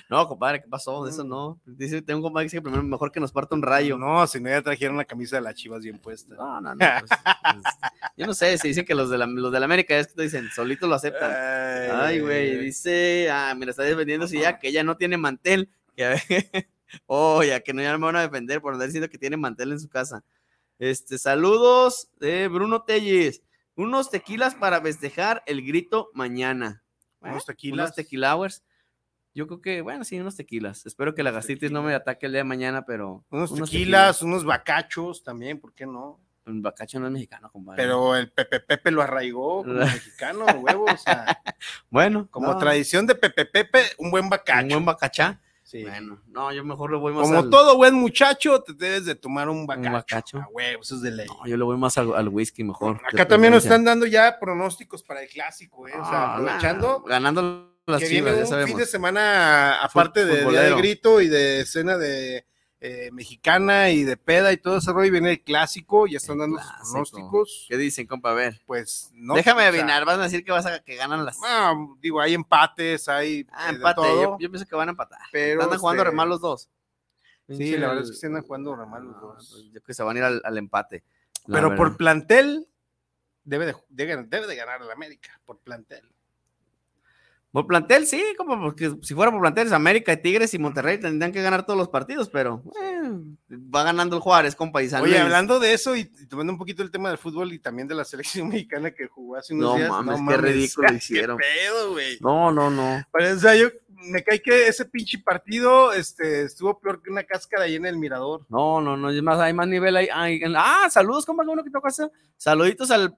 Speaker 4: No, compadre, ¿qué pasó? De eso no. Dice, tengo un compadre que dice que primero mejor que nos parta un rayo.
Speaker 5: Mm. No, si no ya trajeron la camisa de las chivas bien puesta.
Speaker 4: No, no, no. pues, pues, yo no sé, se dicen que los de la, los de la América es que te dicen, solito lo aceptan. Ay, güey, dice, ah, me la está defendiendo si ya que ella no tiene mantel. Que a ver, oh, ya que no ya no me van a defender por andar diciendo que tiene mantel en su casa. Este, saludos de Bruno Telles. Unos tequilas para festejar el grito mañana.
Speaker 5: Unos
Speaker 4: "Ah, Unos
Speaker 5: tequilas.
Speaker 4: tequilowers. Yo creo que, bueno, sí, unos tequilas. Espero que la gastritis no me ataque el día de mañana, pero.
Speaker 5: Unos tequilas, unos bacachos también, ¿por qué no?
Speaker 4: Un bacacho no es mexicano, compadre.
Speaker 5: Pero el Pepe Pepe lo arraigó como mexicano, huevo, o sea,
Speaker 4: bueno,
Speaker 5: como
Speaker 4: no.
Speaker 5: tradición de Pepe Pepe, un buen bacacho. Un
Speaker 4: buen bacachá.
Speaker 5: Sí.
Speaker 4: Bueno, no, yo mejor le voy más
Speaker 5: Como
Speaker 4: al-
Speaker 5: todo buen muchacho, te debes de tomar un bacacho.
Speaker 4: bacacho.
Speaker 5: a huevo, eso es de ley.
Speaker 4: No, yo le voy más al, al whisky mejor. de
Speaker 5: Acá también nos
Speaker 4: preferencia.
Speaker 5: están dando ya pronósticos para el clásico, ¿eh? O sea,
Speaker 4: Ah,
Speaker 5: aprovechando
Speaker 4: nah, ganando las
Speaker 5: que
Speaker 4: chivas,
Speaker 5: viene
Speaker 4: ya
Speaker 5: un fin de
Speaker 4: sabemos.
Speaker 5: semana, aparte de Día de
Speaker 4: futbolero.
Speaker 5: Grito y de cena de eh, mexicana y de peda y todo ese rollo, viene el clásico, ya están dando sus pronósticos.
Speaker 4: ¿Qué dicen, compa? A ver.
Speaker 5: Pues no.
Speaker 4: Déjame
Speaker 5: o sea,
Speaker 4: adivinar, van a decir que vas a que ganan las.
Speaker 5: Ah, digo, hay empates, hay
Speaker 4: Ah,
Speaker 5: eh, de
Speaker 4: empate. Yo,
Speaker 5: todo.
Speaker 4: yo pienso que van a empatar.
Speaker 5: Pero,
Speaker 4: Andan jugando a
Speaker 5: este,
Speaker 4: remar los dos.
Speaker 5: Sí, la verdad es que
Speaker 4: Pinche- Ah, pues,
Speaker 5: se andan jugando re mal los dos.
Speaker 4: Yo creo que se van a ir al, al empate. la
Speaker 5: Pero por
Speaker 4: verdad.
Speaker 5: plantel debe de, debe, debe de ganar el América, por plantel.
Speaker 4: Por plantel, sí, como porque si fuera por planteles, América, Tigres y Monterrey tendrían que ganar todos los partidos, pero eh, va ganando el Juárez, compa. Y San
Speaker 5: Oye,
Speaker 4: Luis.
Speaker 5: hablando de eso y tomando un poquito el tema del fútbol y también de la selección mexicana que jugó hace unos
Speaker 4: No
Speaker 5: días.
Speaker 4: mames, qué ridículo hicieron.
Speaker 5: Qué pedo, güey.
Speaker 4: No, no, no.
Speaker 5: Pero, o sea, yo me cae que ese pinche partido este, estuvo peor que una cáscara ahí en el mirador.
Speaker 4: No, no, no, es más, hay más nivel ahí. Ay, en- ah, saludos, compa, qué bueno que toca eso. Saluditos al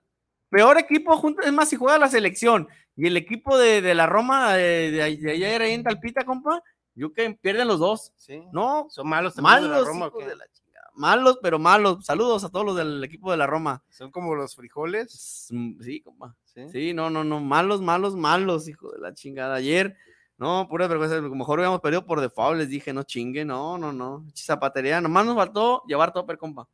Speaker 4: peor equipo junto. Es más, si juega la selección y el equipo de, de la Roma de, de- de ayer ahí en Talpita, compa, yo que pierden los dos. No,
Speaker 5: son malos también los
Speaker 4: malos,
Speaker 5: de la Roma, ¿o
Speaker 4: hijos
Speaker 5: qué?
Speaker 4: de la chingada. malos, pero malos. Saludos a todos los del equipo de la Roma. Pues, mm,
Speaker 5: Son como los frijoles.
Speaker 4: Sí, compa. Sí, no, no, no, malos, malos, malos, hijo de la chingada. Ayer, no, pura vergüenza, mejor habíamos perdido por default, les dije, no chingue, no, no, no, zapatería, nomás nos faltó llevar topper, compa,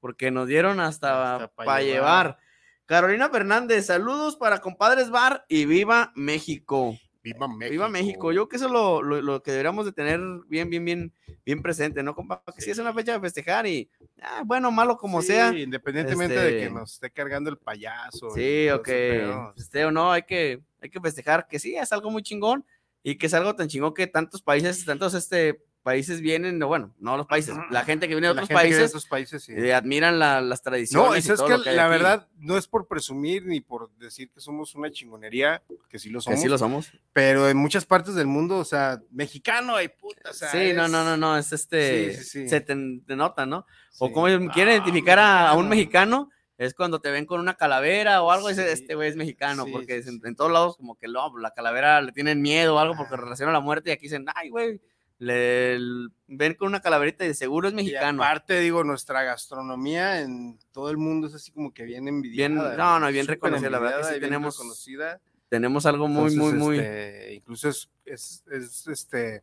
Speaker 4: porque nos dieron hasta,
Speaker 5: pa'
Speaker 4: para
Speaker 5: llevar.
Speaker 4: llevar. Carolina Fernández, saludos para Compadres Bar y viva México.
Speaker 5: Viva México.
Speaker 4: Viva México. Yo creo que eso es lo, lo- lo que deberíamos de tener bien, bien, bien, bien presente, ¿no, compa? Que sí, es una fecha de festejar y, ah, bueno, malo como
Speaker 5: Sí,
Speaker 4: sea.
Speaker 5: Independientemente de que
Speaker 4: este,
Speaker 5: nos esté cargando el payaso.
Speaker 4: Sí, Pues,
Speaker 5: y
Speaker 4: o
Speaker 5: todo ese
Speaker 4: que
Speaker 5: pedo.
Speaker 4: esté o no, hay que, hay que festejar que sí, es algo muy chingón y que es algo tan chingón que tantos países, tantos este, países vienen, no, bueno, no los países, la gente que viene de
Speaker 5: La
Speaker 4: otros
Speaker 5: gente que viene de
Speaker 4: países,
Speaker 5: otros países, sí.
Speaker 4: eh, admiran la- las tradiciones.
Speaker 5: No, y
Speaker 4: y
Speaker 5: sabes
Speaker 4: todo
Speaker 5: que
Speaker 4: lo que hay
Speaker 5: la
Speaker 4: aquí.
Speaker 5: verdad no es por presumir ni por decir que somos una chingonería, que sí lo
Speaker 4: Que
Speaker 5: somos.
Speaker 4: sí lo somos.
Speaker 5: Pero en muchas partes del mundo, o sea, mexicano y puta, o sea,
Speaker 4: sí, no,
Speaker 5: es-
Speaker 4: no, no, no, es este,
Speaker 5: Sí, sí, sí.
Speaker 4: se te, te nota, ¿no? O como quieren
Speaker 5: Ah,
Speaker 4: identificar a, a un mexicano, es cuando te ven con una calavera o algo, dice, este güey es mexicano, porque en, en todos lados como que no, la calavera le tienen miedo o algo porque relaciona la muerte y aquí dicen, ay, güey, le l- ven con una calaverita y de seguro es mexicano.
Speaker 5: Aparte, digo, nuestra gastronomía en todo el mundo es así como que bien envidiada.
Speaker 4: Bien- no, no, bien
Speaker 5: súper
Speaker 4: reconocida, la verdad que
Speaker 5: envidiada
Speaker 4: sí
Speaker 5: y bien
Speaker 4: tenemos-
Speaker 5: reconocida.
Speaker 4: Tenemos algo muy,
Speaker 5: Entonces,
Speaker 4: muy, muy...
Speaker 5: este, incluso es, es- es, este,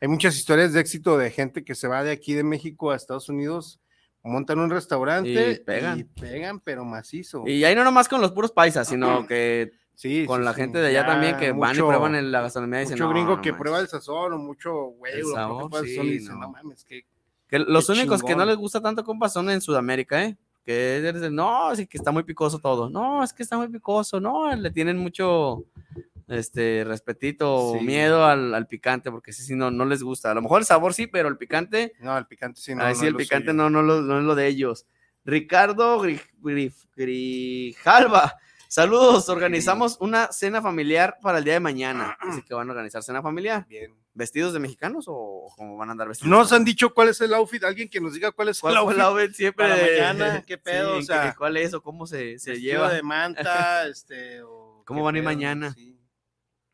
Speaker 5: hay muchas historias de éxito de gente que se va de aquí de México a Estados Unidos, montan un restaurante
Speaker 4: Y pegan.
Speaker 5: y pegan, pero macizo.
Speaker 4: Y ahí no nomás con los puros paisas, sino que con
Speaker 5: sí,
Speaker 4: la
Speaker 5: sí.
Speaker 4: gente de allá
Speaker 5: Ya
Speaker 4: también que van y
Speaker 5: mucho-
Speaker 4: prueban en la gastronomía y dicen,
Speaker 5: mucho
Speaker 4: "No,
Speaker 5: gringo
Speaker 4: no
Speaker 5: que
Speaker 4: manches".
Speaker 5: prueba el sazón o mucho güey,
Speaker 4: El
Speaker 5: o lo que
Speaker 4: sabor,
Speaker 5: prueba el
Speaker 4: sí,
Speaker 5: sazón y dice,
Speaker 4: no.
Speaker 5: no mames, que
Speaker 4: Que los
Speaker 5: Qué
Speaker 4: únicos que no
Speaker 5: chingón.
Speaker 4: les gusta tanto, compa, son en Sudamérica, ¿eh? Que eres de, no, sí que está muy picoso todo. No, es que está muy picoso. No, le tienen mucho este respetito o
Speaker 5: Sí.
Speaker 4: miedo al, al picante, porque sí, sí, no, no les gusta. A lo mejor el sabor sí, pero el picante.
Speaker 5: No, el picante sí, no,
Speaker 4: no.
Speaker 5: no
Speaker 4: sí,
Speaker 5: es
Speaker 4: el
Speaker 5: lo
Speaker 4: picante
Speaker 5: suyo.
Speaker 4: no, no, lo- no es lo de ellos. Ricardo Gri- Gri- Grijalva. Saludos, organizamos una cena familiar para el día de mañana. Así que van a organizar cena familiar.
Speaker 5: Bien.
Speaker 4: ¿Vestidos de mexicanos o cómo van a andar vestidos?
Speaker 5: No nos han dicho cuál es el outfit, alguien que nos diga cuál es
Speaker 4: ¿Cuál
Speaker 5: el
Speaker 4: fue
Speaker 5: outfit.
Speaker 4: la outfit siempre?
Speaker 5: Para
Speaker 4: de-
Speaker 5: mañana, qué pedo,
Speaker 4: Sí,
Speaker 5: o sea,
Speaker 4: ¿qué- ¿Cuál es o cómo se, se
Speaker 5: vestido
Speaker 4: lleva?
Speaker 5: de manta, este, o
Speaker 4: ¿Cómo
Speaker 5: qué
Speaker 4: van a ir
Speaker 5: pedo,
Speaker 4: mañana?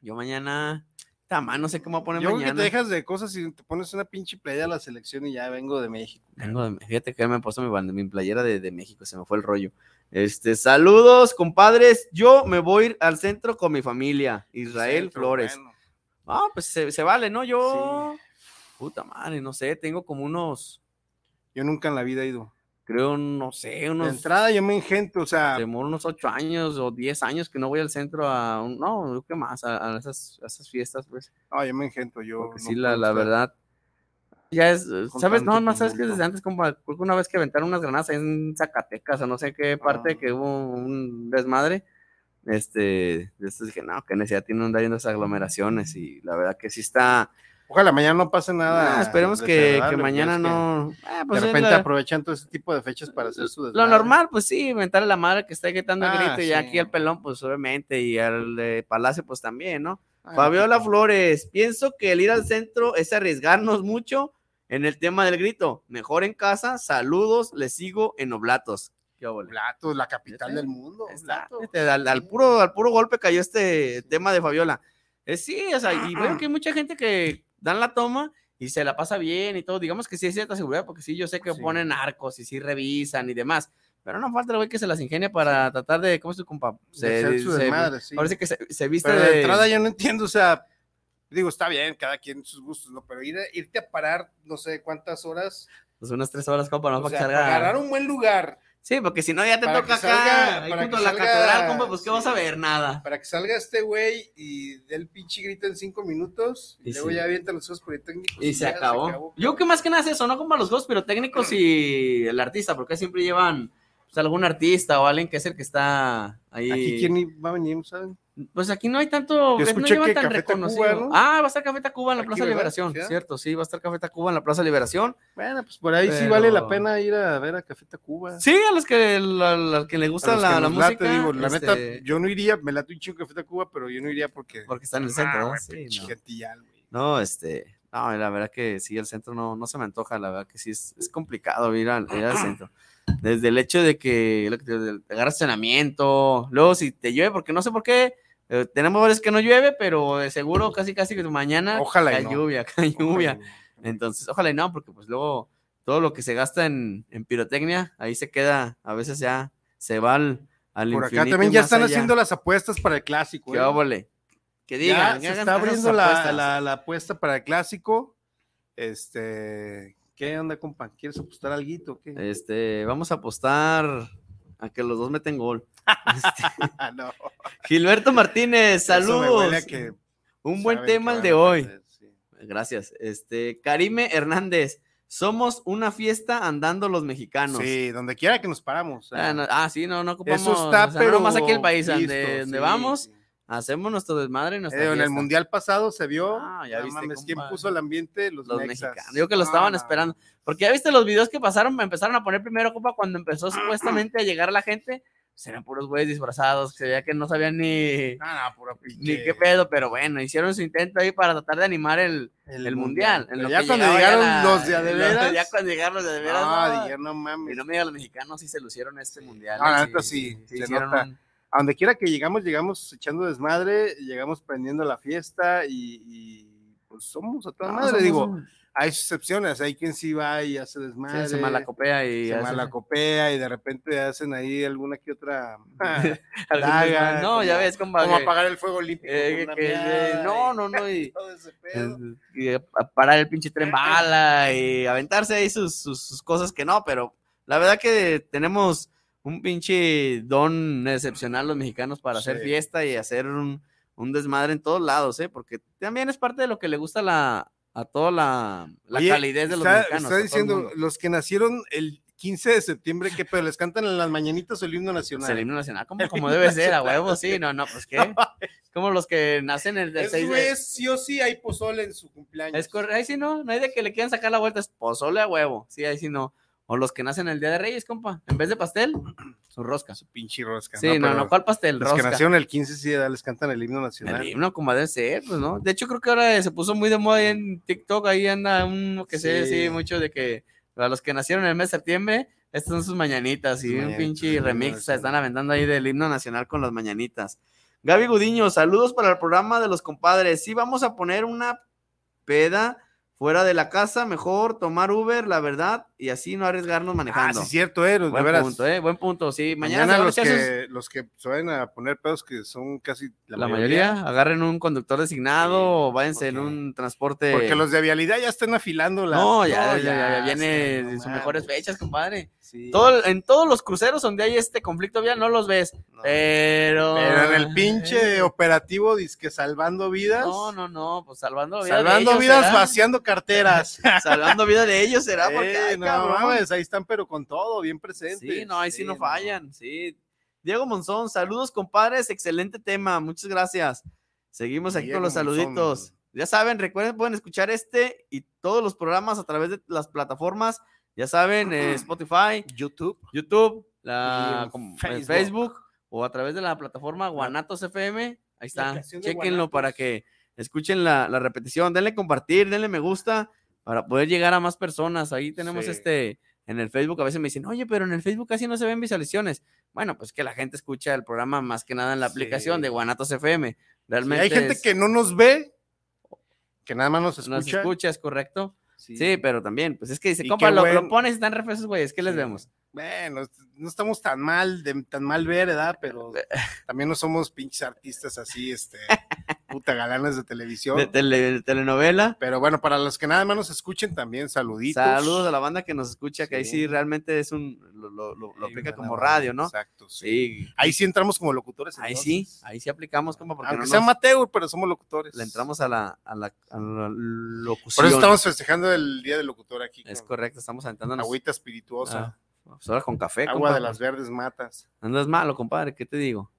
Speaker 4: Yo mañana. Tamá, no sé cómo voy a poner
Speaker 5: Yo creo que
Speaker 4: mañana.
Speaker 5: te dejas de cosas y te pones una pinche playa a la selección y ya vengo de México.
Speaker 4: Vengo de- fíjate que me he puesto mi, band- mi playera de, de México, se me fue el rollo. Este, saludos, compadres. Yo me voy al centro con mi familia, Israel
Speaker 5: Centro,
Speaker 4: Flores.
Speaker 5: bueno.
Speaker 4: Ah, pues se, se vale, ¿no? Yo. Puta madre, no sé, tengo como unos.
Speaker 5: Yo nunca en la vida he ido.
Speaker 4: Creo, no sé,
Speaker 5: De
Speaker 4: unos
Speaker 5: entrada yo me ingento, o sea,
Speaker 4: Demoro unos ocho años o diez años que no voy al centro a un, no, yo ¿qué más? A, a esas, a esas fiestas, pues.
Speaker 5: no, yo me ingento, yo.
Speaker 4: Porque
Speaker 5: no
Speaker 4: sí, la,
Speaker 5: puedo
Speaker 4: la
Speaker 5: estar.
Speaker 4: verdad. Ya es, eh,
Speaker 5: Con
Speaker 4: ¿sabes? No,
Speaker 5: tanto
Speaker 4: no, sabes que
Speaker 5: tumulto.
Speaker 4: desde antes, como creo que una vez que aventaron unas granadas ahí en Zacatecas o no sé qué parte,
Speaker 5: Ah.
Speaker 4: que hubo un desmadre. Este, de estos dije, no, que necesidad tiene andar yendo a esas aglomeraciones y la verdad que sí está.
Speaker 5: Ojalá mañana no pase nada.
Speaker 4: Ah, esperemos que- que
Speaker 5: desagradable,
Speaker 4: mañana
Speaker 5: pues,
Speaker 4: no-
Speaker 5: que
Speaker 4: Ah, pues,
Speaker 5: de
Speaker 4: es
Speaker 5: repente
Speaker 4: la-
Speaker 5: aprovechan todo este tipo de fechas para hacer su
Speaker 4: Lo
Speaker 5: desmadre.
Speaker 4: normal, pues sí, inventar a la madre que está gritando el
Speaker 5: Ah,
Speaker 4: grito y ya
Speaker 5: sí.
Speaker 4: aquí al pelón, pues obviamente, y al de Palacio, pues también, ¿no?
Speaker 5: Ah,
Speaker 4: Fabiola Flores, pienso que el ir al centro es arriesgarnos mucho en el tema del grito. Mejor en casa, saludos, les sigo en Oblatos. ¿Qué óvole?
Speaker 5: Oblatos, la capital del mundo.
Speaker 4: Este, Al, al puro, al puro golpe cayó este tema de Fabiola. Eh, sí, o sea, y
Speaker 5: Ah.
Speaker 4: veo que hay mucha gente que dan la toma y se la pasa bien y todo. Digamos que sí hay cierta seguridad, porque sí, yo sé que ponen arcos y sí revisan y demás. Pero no falta el güey que se las ingenia para tratar de, ¿cómo es tu compa?
Speaker 5: De hacer su desmadre, sí.
Speaker 4: Ahora sí que se, se viste
Speaker 5: Pero
Speaker 4: de-
Speaker 5: de entrada yo no entiendo, o sea, digo, está bien, cada quien sus gustos, ¿no? Pero ir a- irte a parar no sé cuántas horas,
Speaker 4: Pues unas tres horas, compa, no
Speaker 5: o
Speaker 4: para que
Speaker 5: sea,
Speaker 4: salga.
Speaker 5: agarrar un buen lugar.
Speaker 4: Sí, porque si no ya te
Speaker 5: Para
Speaker 4: toca
Speaker 5: que
Speaker 4: acá,
Speaker 5: salga-
Speaker 4: ahí
Speaker 5: para
Speaker 4: junto a
Speaker 5: que
Speaker 4: la
Speaker 5: salga,
Speaker 4: catedral, compa, pues que vas a ver nada.
Speaker 5: Para que salga este güey y dé el pinche grito en cinco minutos, y,
Speaker 4: Y
Speaker 5: luego
Speaker 4: sí.
Speaker 5: ya avienta los ojos pirotécnicos.
Speaker 4: Y se
Speaker 5: ya
Speaker 4: acabó. Yo creo que más que nada es eso, no como los juegos pirotécnicos y el artista, porque siempre llevan pues, algún artista o alguien que es el que está ahí.
Speaker 5: Aquí quién va a venir, ¿saben?
Speaker 4: Pues aquí no hay tanto.
Speaker 5: Yo
Speaker 4: es- no
Speaker 5: escuché
Speaker 4: llevan
Speaker 5: que
Speaker 4: tan
Speaker 5: Café Tacuba,
Speaker 4: reconocido.
Speaker 5: ¿no?
Speaker 4: Ah, va a estar Café Tacuba en la
Speaker 5: Aquí,
Speaker 4: Plaza
Speaker 5: ¿verdad?
Speaker 4: Liberación,
Speaker 5: Sí, ¿eh? ¿verdad?
Speaker 4: cierto, sí, va a estar Café Tacuba en la Plaza Liberación.
Speaker 5: Bueno, pues por ahí sí
Speaker 4: Pero-
Speaker 5: vale la pena ir a ver a Café Tacuba.
Speaker 4: Sí, a los que, la- la- que le gusta
Speaker 5: Ah. A los
Speaker 4: la,
Speaker 5: que
Speaker 4: la
Speaker 5: nos
Speaker 4: música.
Speaker 5: late, digo, la
Speaker 4: este,
Speaker 5: neta, yo no iría, me late un chingo Café Tacuba, pero yo no iría porque.
Speaker 4: Porque está en el centro, ¿no?
Speaker 5: güey,
Speaker 4: Sí,
Speaker 5: pinche
Speaker 4: no.
Speaker 5: gente ya, güey.
Speaker 4: No, este, no, la verdad que sí, el centro no, no se me antoja, la verdad que sí, es, es complicado ir al, ir al centro. Desde el hecho de que, lo que te- te agarras estacionamiento, luego si te llueve, porque no sé por qué, eh, tenemos horas que no llueve, pero de seguro casi casi que mañana
Speaker 5: Ojalá y
Speaker 4: cae
Speaker 5: no.
Speaker 4: lluvia, cae lluvia. Entonces, ojalá y no, porque pues luego todo lo que se gasta en, en pirotecnia, ahí se queda, a veces ya se va al, al
Speaker 5: Por acá
Speaker 4: infinito y
Speaker 5: también ya
Speaker 4: más
Speaker 5: están
Speaker 4: allá.
Speaker 5: haciendo las apuestas para el clásico.
Speaker 4: Qué
Speaker 5: ¿eh?
Speaker 4: óvole. Que
Speaker 5: Ya
Speaker 4: digan, que
Speaker 5: se
Speaker 4: hagan
Speaker 5: está
Speaker 4: esas
Speaker 5: abriendo la,
Speaker 4: apuestas.
Speaker 5: la- la apuesta para el clásico. Este, ¿qué onda, compa? ¿Quieres apostar algo o qué?
Speaker 4: Este, vamos a apostar a que los dos meten gol. Este,
Speaker 5: Ah, no.
Speaker 4: Gilberto Martínez,
Speaker 5: Eso me
Speaker 4: saludos.
Speaker 5: huele a que
Speaker 4: Un buen
Speaker 5: saben
Speaker 4: tema
Speaker 5: que
Speaker 4: el de
Speaker 5: van a
Speaker 4: hoy. Gracias. Este, Karime Hernández, somos una fiesta andando los mexicanos.
Speaker 5: Sí, donde quiera que nos paramos.
Speaker 4: Ah, no- ah, sí, no, no ocupamos.
Speaker 5: Eso está,
Speaker 4: o sea,
Speaker 5: pero
Speaker 4: no más aquí el país,
Speaker 5: listo,
Speaker 4: donde, donde
Speaker 5: sí,
Speaker 4: vamos,
Speaker 5: sí.
Speaker 4: hacemos nuestro desmadre y nuestra
Speaker 5: Eh, en el
Speaker 4: fiesta. Ah,
Speaker 5: mundial pasado se vio.
Speaker 4: ya
Speaker 5: no
Speaker 4: viste,
Speaker 5: mames, ¿quién
Speaker 4: compa.
Speaker 5: puso el ambiente? Los,
Speaker 4: los
Speaker 5: mexas.
Speaker 4: mexicanos. Digo que lo estaban esperando. Porque ya viste los videos que pasaron, me empezaron a poner primero copa cuando empezó supuestamente a llegar la gente. pues eran puros güeyes disfrazados, que se veía que no sabían ni,
Speaker 5: Ah, no, pura
Speaker 4: ni qué pedo, pero bueno, hicieron su intento ahí para tratar de animar el, el, mundial. en
Speaker 5: Pero
Speaker 4: lo
Speaker 5: ya
Speaker 4: que
Speaker 5: cuando
Speaker 4: llegaba
Speaker 5: llegaron
Speaker 4: la-
Speaker 5: los de a de
Speaker 4: los-
Speaker 5: veras.
Speaker 4: Ya cuando llegaron los de a de veras.
Speaker 5: Ah,
Speaker 4: no,
Speaker 5: dijeron, no mames.
Speaker 4: Y no me digan los mexicanos sí se lucieron este mundial.
Speaker 5: No,
Speaker 4: ¿eh?
Speaker 5: la
Speaker 4: Sí,
Speaker 5: neta sí,
Speaker 4: sí,
Speaker 5: se
Speaker 4: hicieron
Speaker 5: nota.
Speaker 4: un-
Speaker 5: A donde quiera que llegamos, llegamos echando desmadre, llegamos prendiendo la fiesta y, y, pues somos a toda
Speaker 4: No,
Speaker 5: madre.
Speaker 4: somos
Speaker 5: Digo,
Speaker 4: un-
Speaker 5: hay excepciones, hay quien sí va y hace desmadre.
Speaker 4: se malacopea y
Speaker 5: Se
Speaker 4: hace-
Speaker 5: malacopea y de repente hacen ahí alguna que otra.
Speaker 4: Algún
Speaker 5: daga,
Speaker 4: desmadre. No, ya
Speaker 5: como-
Speaker 4: ves, compa,
Speaker 5: Como
Speaker 4: que-
Speaker 5: apagar el fuego olímpico.
Speaker 4: eh,
Speaker 5: con
Speaker 4: que-
Speaker 5: una
Speaker 4: que-
Speaker 5: meada
Speaker 4: no,
Speaker 5: y-
Speaker 4: no, no, y-
Speaker 5: todo ese pedo.
Speaker 4: el- y a- a parar el pinche tren bala y aventarse ahí sus, sus- sus cosas que no, pero la verdad que tenemos un pinche don excepcional los mexicanos para hacer
Speaker 5: Sí.
Speaker 4: fiesta y hacer un, un desmadre en todos lados, ¿eh? porque también es parte de lo que le gusta la, a toda la, la
Speaker 5: Oye,
Speaker 4: calidez de los
Speaker 5: está-
Speaker 4: mexicanos. a
Speaker 5: Está
Speaker 4: todo el
Speaker 5: diciendo,
Speaker 4: mundo.
Speaker 5: los que nacieron el 15 de septiembre, que pero les cantan en las mañanitas el himno nacional.
Speaker 4: El himno nacional, como,
Speaker 5: El
Speaker 4: como
Speaker 5: himno
Speaker 4: debe ser, a
Speaker 5: nacional.
Speaker 4: huevo, sí, no, no, pues qué. Como los que nacen el, del
Speaker 5: Esos
Speaker 4: 6 de...
Speaker 5: güeyes sí o sí hay pozole en su cumpleaños.
Speaker 4: Es correcto, ahí sí no, no hay de que le quieran sacar la vuelta, es pozole a huevo, sí, ahí sí no. O los que nacen el Día de Reyes, compa, en vez de pastel, su rosca. Su
Speaker 5: pinche rosca.
Speaker 4: Sí, no,
Speaker 5: Pero
Speaker 4: no, ¿cuál pastel?
Speaker 5: Los que
Speaker 4: Rosca.
Speaker 5: nacieron el 15 sí les cantan el himno nacional.
Speaker 4: El himno, como debe ser, pues, ¿no? De hecho, creo que ahora se puso muy de moda ahí en TikTok, ahí anda uno que se
Speaker 5: Sí.
Speaker 4: sí, mucho de que a los que nacieron en el mes de septiembre, estas son sus mañanitas y
Speaker 5: Sus
Speaker 4: un
Speaker 5: mañanitas, el
Speaker 4: pinche
Speaker 5: himno
Speaker 4: remix se están aventando ahí del himno nacional con las mañanitas. Gaby Gudiño, saludos para el programa de los compadres. Sí, vamos a poner una peda fuera de la casa, mejor tomar Uber, la verdad, y así no arriesgarnos
Speaker 5: Ah,
Speaker 4: manejando.
Speaker 5: sí, cierto, eh, los- de
Speaker 4: Buen
Speaker 5: veras.
Speaker 4: punto, eh, buen punto, sí.
Speaker 5: Mañana,
Speaker 4: Mañana, se van a
Speaker 5: los,
Speaker 4: echar sus-
Speaker 5: que, los que se vayan a poner pedos que son casi la,
Speaker 4: la mayoría,
Speaker 5: mayoría.
Speaker 4: agarren un conductor designado o váyanse en un transporte.
Speaker 5: Porque los de vialidad ya están afilando la.
Speaker 4: eh, No, ya, ya, ya,
Speaker 5: sí,
Speaker 4: viene
Speaker 5: no
Speaker 4: en sus
Speaker 5: mames.
Speaker 4: mejores fechas, compadre.
Speaker 5: Sí.
Speaker 4: Todo, en todos los cruceros donde hay este conflicto vial no los ves, pero...
Speaker 5: Pero en el pinche operativo disque salvando vidas.
Speaker 4: No, no, no, pues salvando vidas. de
Speaker 5: Salvando
Speaker 4: ellos
Speaker 5: vidas,
Speaker 4: será.
Speaker 5: vaciando carteras.
Speaker 4: Salvando vidas de ellos será porque...
Speaker 5: Eh,
Speaker 4: ay,
Speaker 5: no
Speaker 4: cabrón.
Speaker 5: mames, ahí están, pero con todo, bien presentes.
Speaker 4: Sí, no, ahí sí, no
Speaker 5: no.
Speaker 4: fallan, sí. Diego Monzón, saludos compadres, excelente tema, muchas gracias. Seguimos aquí
Speaker 5: Diego
Speaker 4: con los
Speaker 5: Monzón.
Speaker 4: saluditos. Ya saben, recuerden, pueden escuchar este y todos los programas a través de las plataformas, ya saben, eh, Spotify, YouTube, YouTube, la,
Speaker 5: Y
Speaker 4: Ah, como- en
Speaker 5: Facebook.
Speaker 4: Facebook. o a través de la plataforma Guanatos FM. Ahí está,
Speaker 5: aplicación de
Speaker 4: chequenlo
Speaker 5: Guanatos.
Speaker 4: para que escuchen la, la repetición, denle compartir, denle me gusta para poder llegar a más personas. Ahí tenemos
Speaker 5: Sí.
Speaker 4: este en el Facebook. A veces me dicen, oye, pero en el Facebook casi no se ven visualizaciones. Bueno, pues que la gente escucha el programa más que nada en la aplicación de Guanatos FM.
Speaker 5: Sí,
Speaker 4: Realmente
Speaker 5: hay gente
Speaker 4: es-
Speaker 5: que no nos ve, que nada más nos escucha.
Speaker 4: nos escucha, es correcto.
Speaker 5: Sí.
Speaker 4: Sí. pero también, pues es que dice,
Speaker 5: Y
Speaker 4: compa,
Speaker 5: qué
Speaker 4: lo, lo
Speaker 5: buen-
Speaker 4: pones y están refrescos, güey, es que les
Speaker 5: Sí.
Speaker 4: vemos.
Speaker 5: Bueno, no estamos tan mal, de, tan mal ver, ¿verdad? Pero también no somos pinches artistas así, este, puta galanes de televisión.
Speaker 4: De tele- telenovela.
Speaker 5: Pero bueno, para los que nada más nos escuchen también, saluditos.
Speaker 4: Saludos a la banda que nos escucha, que ahí
Speaker 5: Sí.
Speaker 4: sí realmente es un, lo, lo- lo- lo aplica
Speaker 5: buena
Speaker 4: como
Speaker 5: banda,
Speaker 4: radio, ¿no?
Speaker 5: exacto,
Speaker 4: sí.
Speaker 5: Ahí sí entramos como locutores.
Speaker 4: Ahí
Speaker 5: entonces.
Speaker 4: sí, ahí sí aplicamos como porque
Speaker 5: Aunque
Speaker 4: no
Speaker 5: sea
Speaker 4: nos-
Speaker 5: amateur, pero somos locutores.
Speaker 4: le entramos a la, a la, a la
Speaker 5: Por
Speaker 4: locución.
Speaker 5: eso estamos festejando el Día del Locutor aquí.
Speaker 4: Es
Speaker 5: con
Speaker 4: correcto, estamos aventándonos.
Speaker 5: Agüita espirituosa.
Speaker 4: Ah, pues ahora con café.
Speaker 5: agua
Speaker 4: compa,
Speaker 5: de
Speaker 4: pues.
Speaker 5: las verdes matas.
Speaker 4: Andas malo, compadre, ¿qué te digo?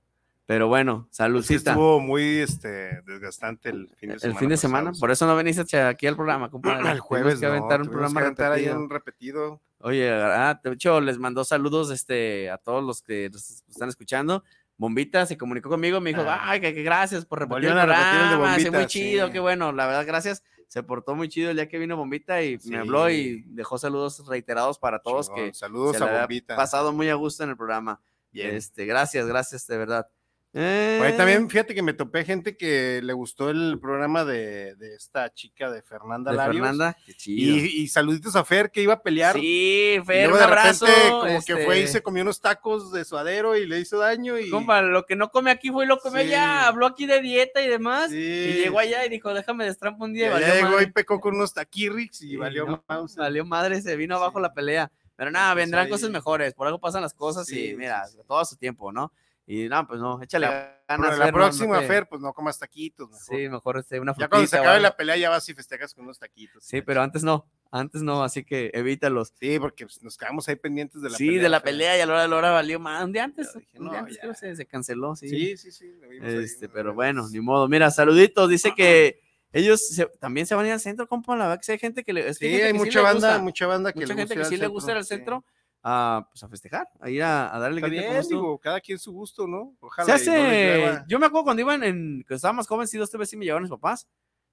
Speaker 4: Pero bueno, saludcita.
Speaker 5: Pues Es que estuvo muy este, desgastante el fin de
Speaker 4: el
Speaker 5: semana.
Speaker 4: fin de semana, por eso no veniste aquí al programa, compadre.
Speaker 5: El jueves,
Speaker 4: Tuvimos que aventar un programa
Speaker 5: ahí
Speaker 4: repetido.
Speaker 5: un repetido.
Speaker 4: Oye, ah, de hecho, les mandó saludos este, a todos los que nos están escuchando. Bombita se comunicó conmigo, me dijo, ay, que, que gracias por repetir el
Speaker 5: Ah. Volvieron a repetir el de
Speaker 4: programa, sí,
Speaker 5: Bombita,
Speaker 4: muy chido,
Speaker 5: sí.
Speaker 4: qué bueno, la verdad, gracias, se portó muy chido el día que vino Bombita y
Speaker 5: Sí.
Speaker 4: me habló y dejó saludos reiterados para todos
Speaker 5: Chingón,
Speaker 4: que
Speaker 5: saludos
Speaker 4: se
Speaker 5: a
Speaker 4: la había
Speaker 5: Bombita.
Speaker 4: pasado muy a gusto en el programa. Este, gracias, gracias, de verdad. Eh,
Speaker 5: Oye, también fíjate que me topé gente que le gustó el programa de, de esta chica de Fernanda
Speaker 4: de
Speaker 5: Larios.
Speaker 4: Fernanda, qué chido.
Speaker 5: Y, y saluditos a Fer que iba a pelear.
Speaker 4: Sí, Fer,
Speaker 5: Y luego
Speaker 4: un
Speaker 5: de
Speaker 4: abrazo,
Speaker 5: repente, como
Speaker 4: este-
Speaker 5: que fue y se comió unos tacos de suadero y le hizo daño. Y...
Speaker 4: Compa, lo que no come aquí fue lo comió
Speaker 5: Sí.
Speaker 4: allá, habló aquí de dieta y demás, y llegó allá y dijo, déjame destrampo un
Speaker 5: Y
Speaker 4: día. y
Speaker 5: allá
Speaker 4: valió
Speaker 5: llegó
Speaker 4: madre.
Speaker 5: y pecó con unos taquirrix y valió
Speaker 4: no,
Speaker 5: pausa.
Speaker 4: Valió madre, se vino abajo la pelea. Pero nada,
Speaker 5: pues
Speaker 4: vendrán
Speaker 5: ahí-
Speaker 4: cosas mejores, por algo pasan las cosas
Speaker 5: Sí,
Speaker 4: y mira, todo a su tiempo, ¿no? Y no, pues no, échale
Speaker 5: La,
Speaker 4: ganas.
Speaker 5: la
Speaker 4: Fer, no, no
Speaker 5: próxima,
Speaker 4: te-
Speaker 5: Fer, pues no comas taquitos. Mejor.
Speaker 4: Sí, mejor este, una
Speaker 5: ya cuando se
Speaker 4: frutita o
Speaker 5: acabe
Speaker 4: algo.
Speaker 5: la pelea ya vas y festejas con unos taquitos. ¿eh?
Speaker 4: Sí, pero antes no, antes no, así que evítalos.
Speaker 5: Sí, porque pues, nos quedamos ahí pendientes de la
Speaker 4: sí,
Speaker 5: pelea.
Speaker 4: de la
Speaker 5: Fer.
Speaker 4: pelea y a la hora de la hora valió más. Un día antes, un día
Speaker 5: no,
Speaker 4: antes creo que se, se canceló, sí.
Speaker 5: Sí, sí, sí. lo vimos ahí.
Speaker 4: Este, pero bueno, ni modo. Mira, saluditos. Dice que ellos se- también se van a ir al centro, compa. La verdad que sí hay gente que le. es que
Speaker 5: Sí,
Speaker 4: gente
Speaker 5: hay
Speaker 4: que
Speaker 5: mucha
Speaker 4: le
Speaker 5: banda-
Speaker 4: gusta.
Speaker 5: mucha banda que
Speaker 4: mucha
Speaker 5: le
Speaker 4: gente
Speaker 5: gusta
Speaker 4: que
Speaker 5: ir al
Speaker 4: sí le gusta ir al
Speaker 5: centro,
Speaker 4: centro a, pues, a festejar, a ir a, a darle
Speaker 5: Está
Speaker 4: el grito.
Speaker 5: bien,
Speaker 4: como estuvo.
Speaker 5: digo, cada quien su gusto, ¿no?
Speaker 4: se
Speaker 5: Ojalá. y no les
Speaker 4: hace.
Speaker 5: llueva.
Speaker 4: yo me acuerdo cuando iban en. que estaba más joven, sí, dos, tres veces sí me llevaron mis papás.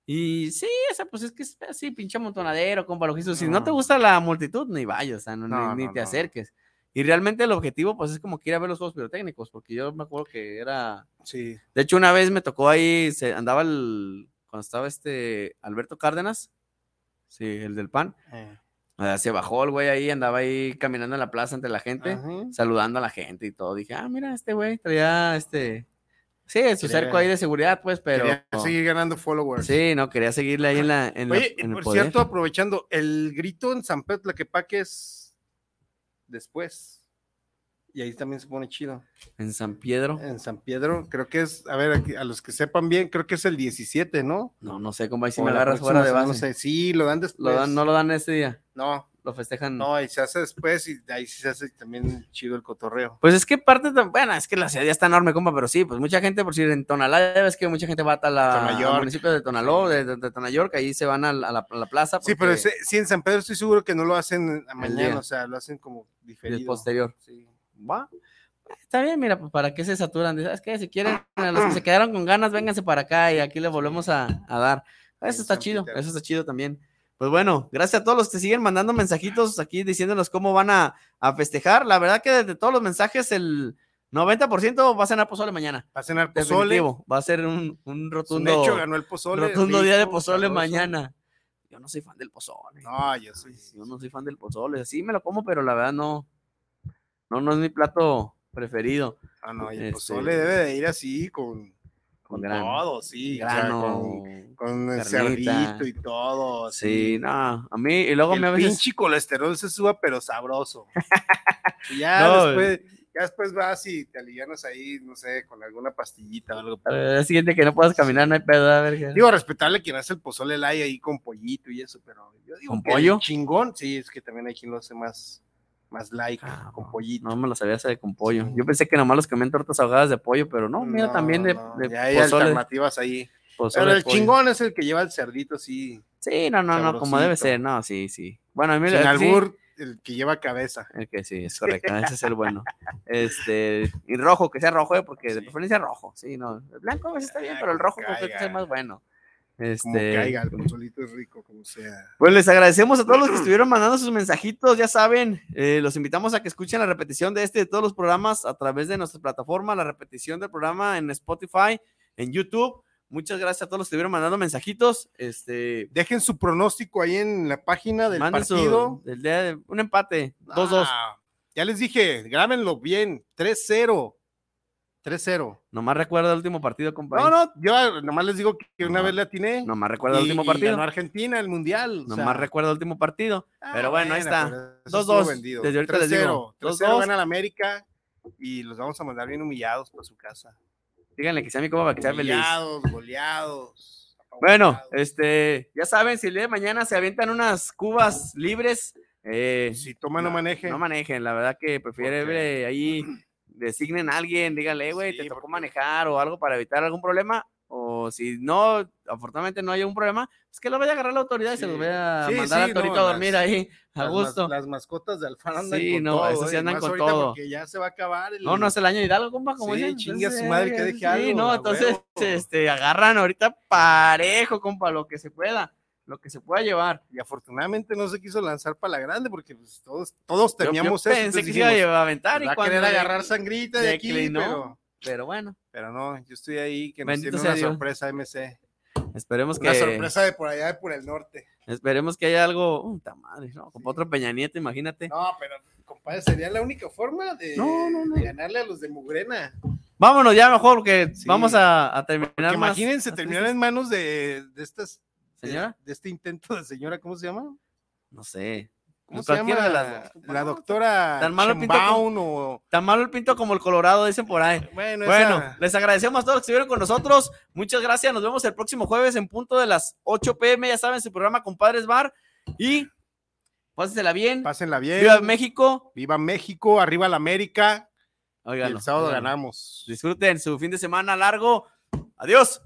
Speaker 4: Y sí, o sea, pues es que es así, pinche montonadero, compa, lo que hizo. Si no te gusta la multitud, ni vayas, o sea, no-
Speaker 5: No,
Speaker 4: ni, ni
Speaker 5: no,
Speaker 4: te
Speaker 5: no.
Speaker 4: acerques. Y realmente el objetivo, pues es como que ir a ver los juegos pirotécnicos, porque yo me acuerdo que era.
Speaker 5: Sí.
Speaker 4: De hecho, una vez me tocó ahí, se andaba el, cuando estaba este Alberto Cárdenas, sí, el del PAN.
Speaker 5: Eh.
Speaker 4: ah, Se bajó el güey ahí, andaba ahí caminando en la plaza ante la gente,
Speaker 5: Ajá.
Speaker 4: saludando a la gente y todo. Dije, ah, mira, este güey traía este. Sí, su
Speaker 5: Quería-
Speaker 4: cerco ahí de seguridad, pues, pero.
Speaker 5: Quería seguir ganando followers.
Speaker 4: Sí, no, quería seguirle ahí en la. En la-
Speaker 5: Oye, y
Speaker 4: en el
Speaker 5: por
Speaker 4: poder.
Speaker 5: cierto, aprovechando, el grito en San Pedro Tlaquepaque es después. Y ahí también se pone chido.
Speaker 4: En San Pedro.
Speaker 5: En San Pedro, creo que es, a ver, aquí- a los que sepan bien, creo que es el 17, ¿no?
Speaker 4: No, no sé, cómo ahí si
Speaker 5: O
Speaker 4: me
Speaker 5: la
Speaker 4: agarras
Speaker 5: próxima
Speaker 4: fuera de
Speaker 5: semana, pues
Speaker 4: base.
Speaker 5: no sé, sí, lo dan
Speaker 4: Lo
Speaker 5: después.
Speaker 4: dan, no lo dan ese día.
Speaker 5: No.
Speaker 4: Lo festejan.
Speaker 5: No, y se hace después y de ahí sí se hace también chido el cotorreo.
Speaker 4: Pues es que parte, tam- bueno, es que la ciudad ya está enorme, compa, pero sí, pues mucha gente, por si en Tonalá, ya ves que mucha gente va hasta la,
Speaker 5: Tonayorc.
Speaker 4: al municipio de Tonaló, de, de, de Tonayorc, ahí se van a la, a la- a la plaza.
Speaker 5: Sí, pero
Speaker 4: porque
Speaker 5: ese- sí, en San Pedro estoy seguro que no lo hacen a mañana,
Speaker 4: día.
Speaker 5: o sea, lo hacen como
Speaker 4: es
Speaker 5: diferido.
Speaker 4: posterior.
Speaker 5: Sí.
Speaker 4: Va. Está bien, mira, pues para qué se saturan. ¿Sabes qué? Si quieren, a los que se quedaron con ganas, vénganse para acá y aquí le volvemos a, a dar. Eso está chido, eso está chido también. Pues bueno, gracias a todos los que siguen mandando mensajitos aquí diciéndonos cómo van a, a festejar. La verdad que desde todos los mensajes, el 90% va a cenar pozole mañana.
Speaker 5: Va a cenar pozole.
Speaker 4: Definitivo, va a ser un, un rotundo.
Speaker 5: De hecho, ganó el pozole.
Speaker 4: rotundo día de
Speaker 5: rico,
Speaker 4: pozole
Speaker 5: sabroso.
Speaker 4: mañana. Yo no soy fan del pozole.
Speaker 5: No, yo soy.
Speaker 4: Yo no soy fan del pozole. Sí me lo como, pero la verdad no. No, no es mi plato preferido.
Speaker 5: Ah, no, y el
Speaker 4: Este,
Speaker 5: pozole debe de ir así con, con
Speaker 4: grano.
Speaker 5: todo, sí. o sea,
Speaker 4: Grano,
Speaker 5: con, con el
Speaker 4: carnita.
Speaker 5: cerdito y todo.
Speaker 4: Sí,
Speaker 5: así.
Speaker 4: no, a mí, y luego
Speaker 5: Que
Speaker 4: me a
Speaker 5: el
Speaker 4: veces-
Speaker 5: pinche colesterol se suba, pero sabroso. Y ya,
Speaker 4: No, eh.
Speaker 5: después, ya después vas y te alivianas ahí, no sé, con alguna pastillita o algo.
Speaker 4: a ver, el siguiente que no puedas caminar, no hay pedo, a ver,
Speaker 5: Digo, respetable quien hace el pozole el ahí con pollito y eso, pero yo digo
Speaker 4: ¿Con
Speaker 5: que el
Speaker 4: pollo?
Speaker 5: chingón, sí, es que también hay quien lo hace más, más like, con pollito.
Speaker 4: Ah, No me lo sabía hacer con pollo. Yo pensé que nomás los comían tortas ahogadas de pollo, pero no, mira,
Speaker 5: No,
Speaker 4: también de,
Speaker 5: no,
Speaker 4: de
Speaker 5: ya hay
Speaker 4: pozole-
Speaker 5: alternativas ahí.
Speaker 4: pozole
Speaker 5: Pero
Speaker 4: de
Speaker 5: el
Speaker 4: pollo.
Speaker 5: chingón es el que lleva el cerdito así.
Speaker 4: Sí, no, no, no, como debe
Speaker 5: sabrosito.
Speaker 4: ser, no, sí, sí. Bueno, a mí
Speaker 5: Sin
Speaker 4: sí,
Speaker 5: albur, el que lleva cabeza.
Speaker 4: El que sí, es correcto, ese es el bueno. Este, y rojo, que sea rojo, eh, porque de preferencia rojo, sí, no. El blanco a veces está bien, pero el rojo pues, creo que es el más bueno.
Speaker 5: Ah, Como
Speaker 4: Este,
Speaker 5: caiga, el pozolito es rico, como sea.
Speaker 4: Pues les agradecemos a todos los que estuvieron mandando sus mensajitos, ya saben, eh, los invitamos a que escuchen la repetición de este y de todos los programas a través de nuestra plataforma, la repetición del programa en Spotify, en YouTube. Muchas gracias a todos los que estuvieron mandando mensajitos. Este,
Speaker 5: Dejen su pronóstico ahí en la página del
Speaker 4: manden su-
Speaker 5: partido.
Speaker 4: del día de- un empate, 2-2.
Speaker 5: Ah, ya les dije, grábenlo bien, 3-0. 3-0.
Speaker 4: Nomás recuerda el último partido,
Speaker 5: No,
Speaker 4: compañero.
Speaker 5: no, yo nomás les digo que una
Speaker 4: No.
Speaker 5: vez le atiné.
Speaker 4: Nomás recuerda el
Speaker 5: Y-
Speaker 4: último
Speaker 5: y
Speaker 4: partido.
Speaker 5: ganó Argentina, el mundial. o sea, Ah,
Speaker 4: Nomás recuerdo el último partido. pero bueno, ahí
Speaker 5: bueno,
Speaker 4: está.
Speaker 5: pero eso estuvo
Speaker 4: 2-2.
Speaker 5: vendido.
Speaker 4: Desde ahorita les
Speaker 5: 3-0,
Speaker 4: digo.
Speaker 5: 3-0 gana
Speaker 4: 2-2.
Speaker 5: la América y los vamos a mandar bien humillados para su casa.
Speaker 4: Díganle que sea mi copa para que sea feliz.
Speaker 5: Humillados, goleados.
Speaker 4: Bueno, este, ya saben, si el día de mañana se avientan unas cubas libres. eh,
Speaker 5: Si toma, no maneje.
Speaker 4: No manejen, la verdad que prefiere
Speaker 5: Porque-
Speaker 4: ahí designen a alguien, dígale, güey, te tocó manejar o algo para evitar algún problema. O si no, afortunadamente no hay un problema, es que lo vaya a agarrar la autoridad y se los vaya a
Speaker 5: Sí,
Speaker 4: mandar
Speaker 5: sí,
Speaker 4: a Torito
Speaker 5: no,
Speaker 4: a dormir
Speaker 5: las-
Speaker 4: ahí, a
Speaker 5: las
Speaker 4: gusto.
Speaker 5: mas- Las mascotas de Alfaro andan
Speaker 4: Sí,
Speaker 5: con
Speaker 4: no,
Speaker 5: todo.
Speaker 4: esas sí
Speaker 5: ¿eh?
Speaker 4: andan
Speaker 5: Más
Speaker 4: con
Speaker 5: ahorita
Speaker 4: todo.
Speaker 5: Porque ya se va a acabar. el-
Speaker 4: No, no es el año de Hidalgo, compa, como
Speaker 5: Sí,
Speaker 4: dicen.
Speaker 5: chingue a su
Speaker 4: Entonces,
Speaker 5: madre que deje
Speaker 4: sí,
Speaker 5: algo,
Speaker 4: no,
Speaker 5: a
Speaker 4: entonces, este, agarran ahorita parejo, compa, lo que se pueda, lo que se pueda llevar.
Speaker 5: Y afortunadamente no se quiso lanzar para la grande porque pues, todos, todos
Speaker 4: Yo- yo
Speaker 5: teníamos eso.
Speaker 4: pensé
Speaker 5: entonces
Speaker 4: que se iba
Speaker 5: dijimos,
Speaker 4: a
Speaker 5: "Pues
Speaker 4: llevar a aventar y
Speaker 5: va a
Speaker 4: cuando
Speaker 5: querer
Speaker 4: le-
Speaker 5: agarrar sangrita de aquí,
Speaker 4: declinó,
Speaker 5: pero,
Speaker 4: pero bueno.
Speaker 5: Pero no, yo estoy ahí que nos
Speaker 4: Bendito
Speaker 5: tiene
Speaker 4: sea
Speaker 5: una
Speaker 4: Dios.
Speaker 5: sorpresa MC.
Speaker 4: Esperemos
Speaker 5: Una
Speaker 4: que-
Speaker 5: sorpresa de por allá, de por el norte.
Speaker 4: Esperemos que haya algo. Puta madre, no, compa, otro Peña Nieto, imagínate.
Speaker 5: No, pero compadre, sería la única forma de, de ganarle a los de Mugrena.
Speaker 4: Vámonos ya mejor, porque vamos a, a terminar
Speaker 5: Porque
Speaker 4: más.
Speaker 5: imagínense terminar en manos de, de estas de-
Speaker 4: ¿Señora?
Speaker 5: De, este intento de señora, ¿cómo se llama?
Speaker 4: No sé.
Speaker 5: ¿Cómo
Speaker 4: Pues
Speaker 5: se llama?
Speaker 4: cualquiera de las dos,
Speaker 5: la doctora
Speaker 4: Tan malo, pinto
Speaker 5: Sheinbaum
Speaker 4: como,
Speaker 5: o-
Speaker 4: tan malo el pinto como el Colorado, dicen por ahí.
Speaker 5: Bueno, esa-
Speaker 4: les agradecemos a todos los que estuvieron con nosotros. Muchas gracias. Nos vemos el próximo jueves en punto de las 8 pm. Ya saben, su programa Compadres Bar. Y pásensela bien.
Speaker 5: Pásenla bien.
Speaker 4: Viva México.
Speaker 5: Viva México, arriba la América.
Speaker 4: Óiganlo,
Speaker 5: el sábado
Speaker 4: óiganlo.
Speaker 5: ganamos.
Speaker 4: Disfruten su fin de semana largo. Adiós.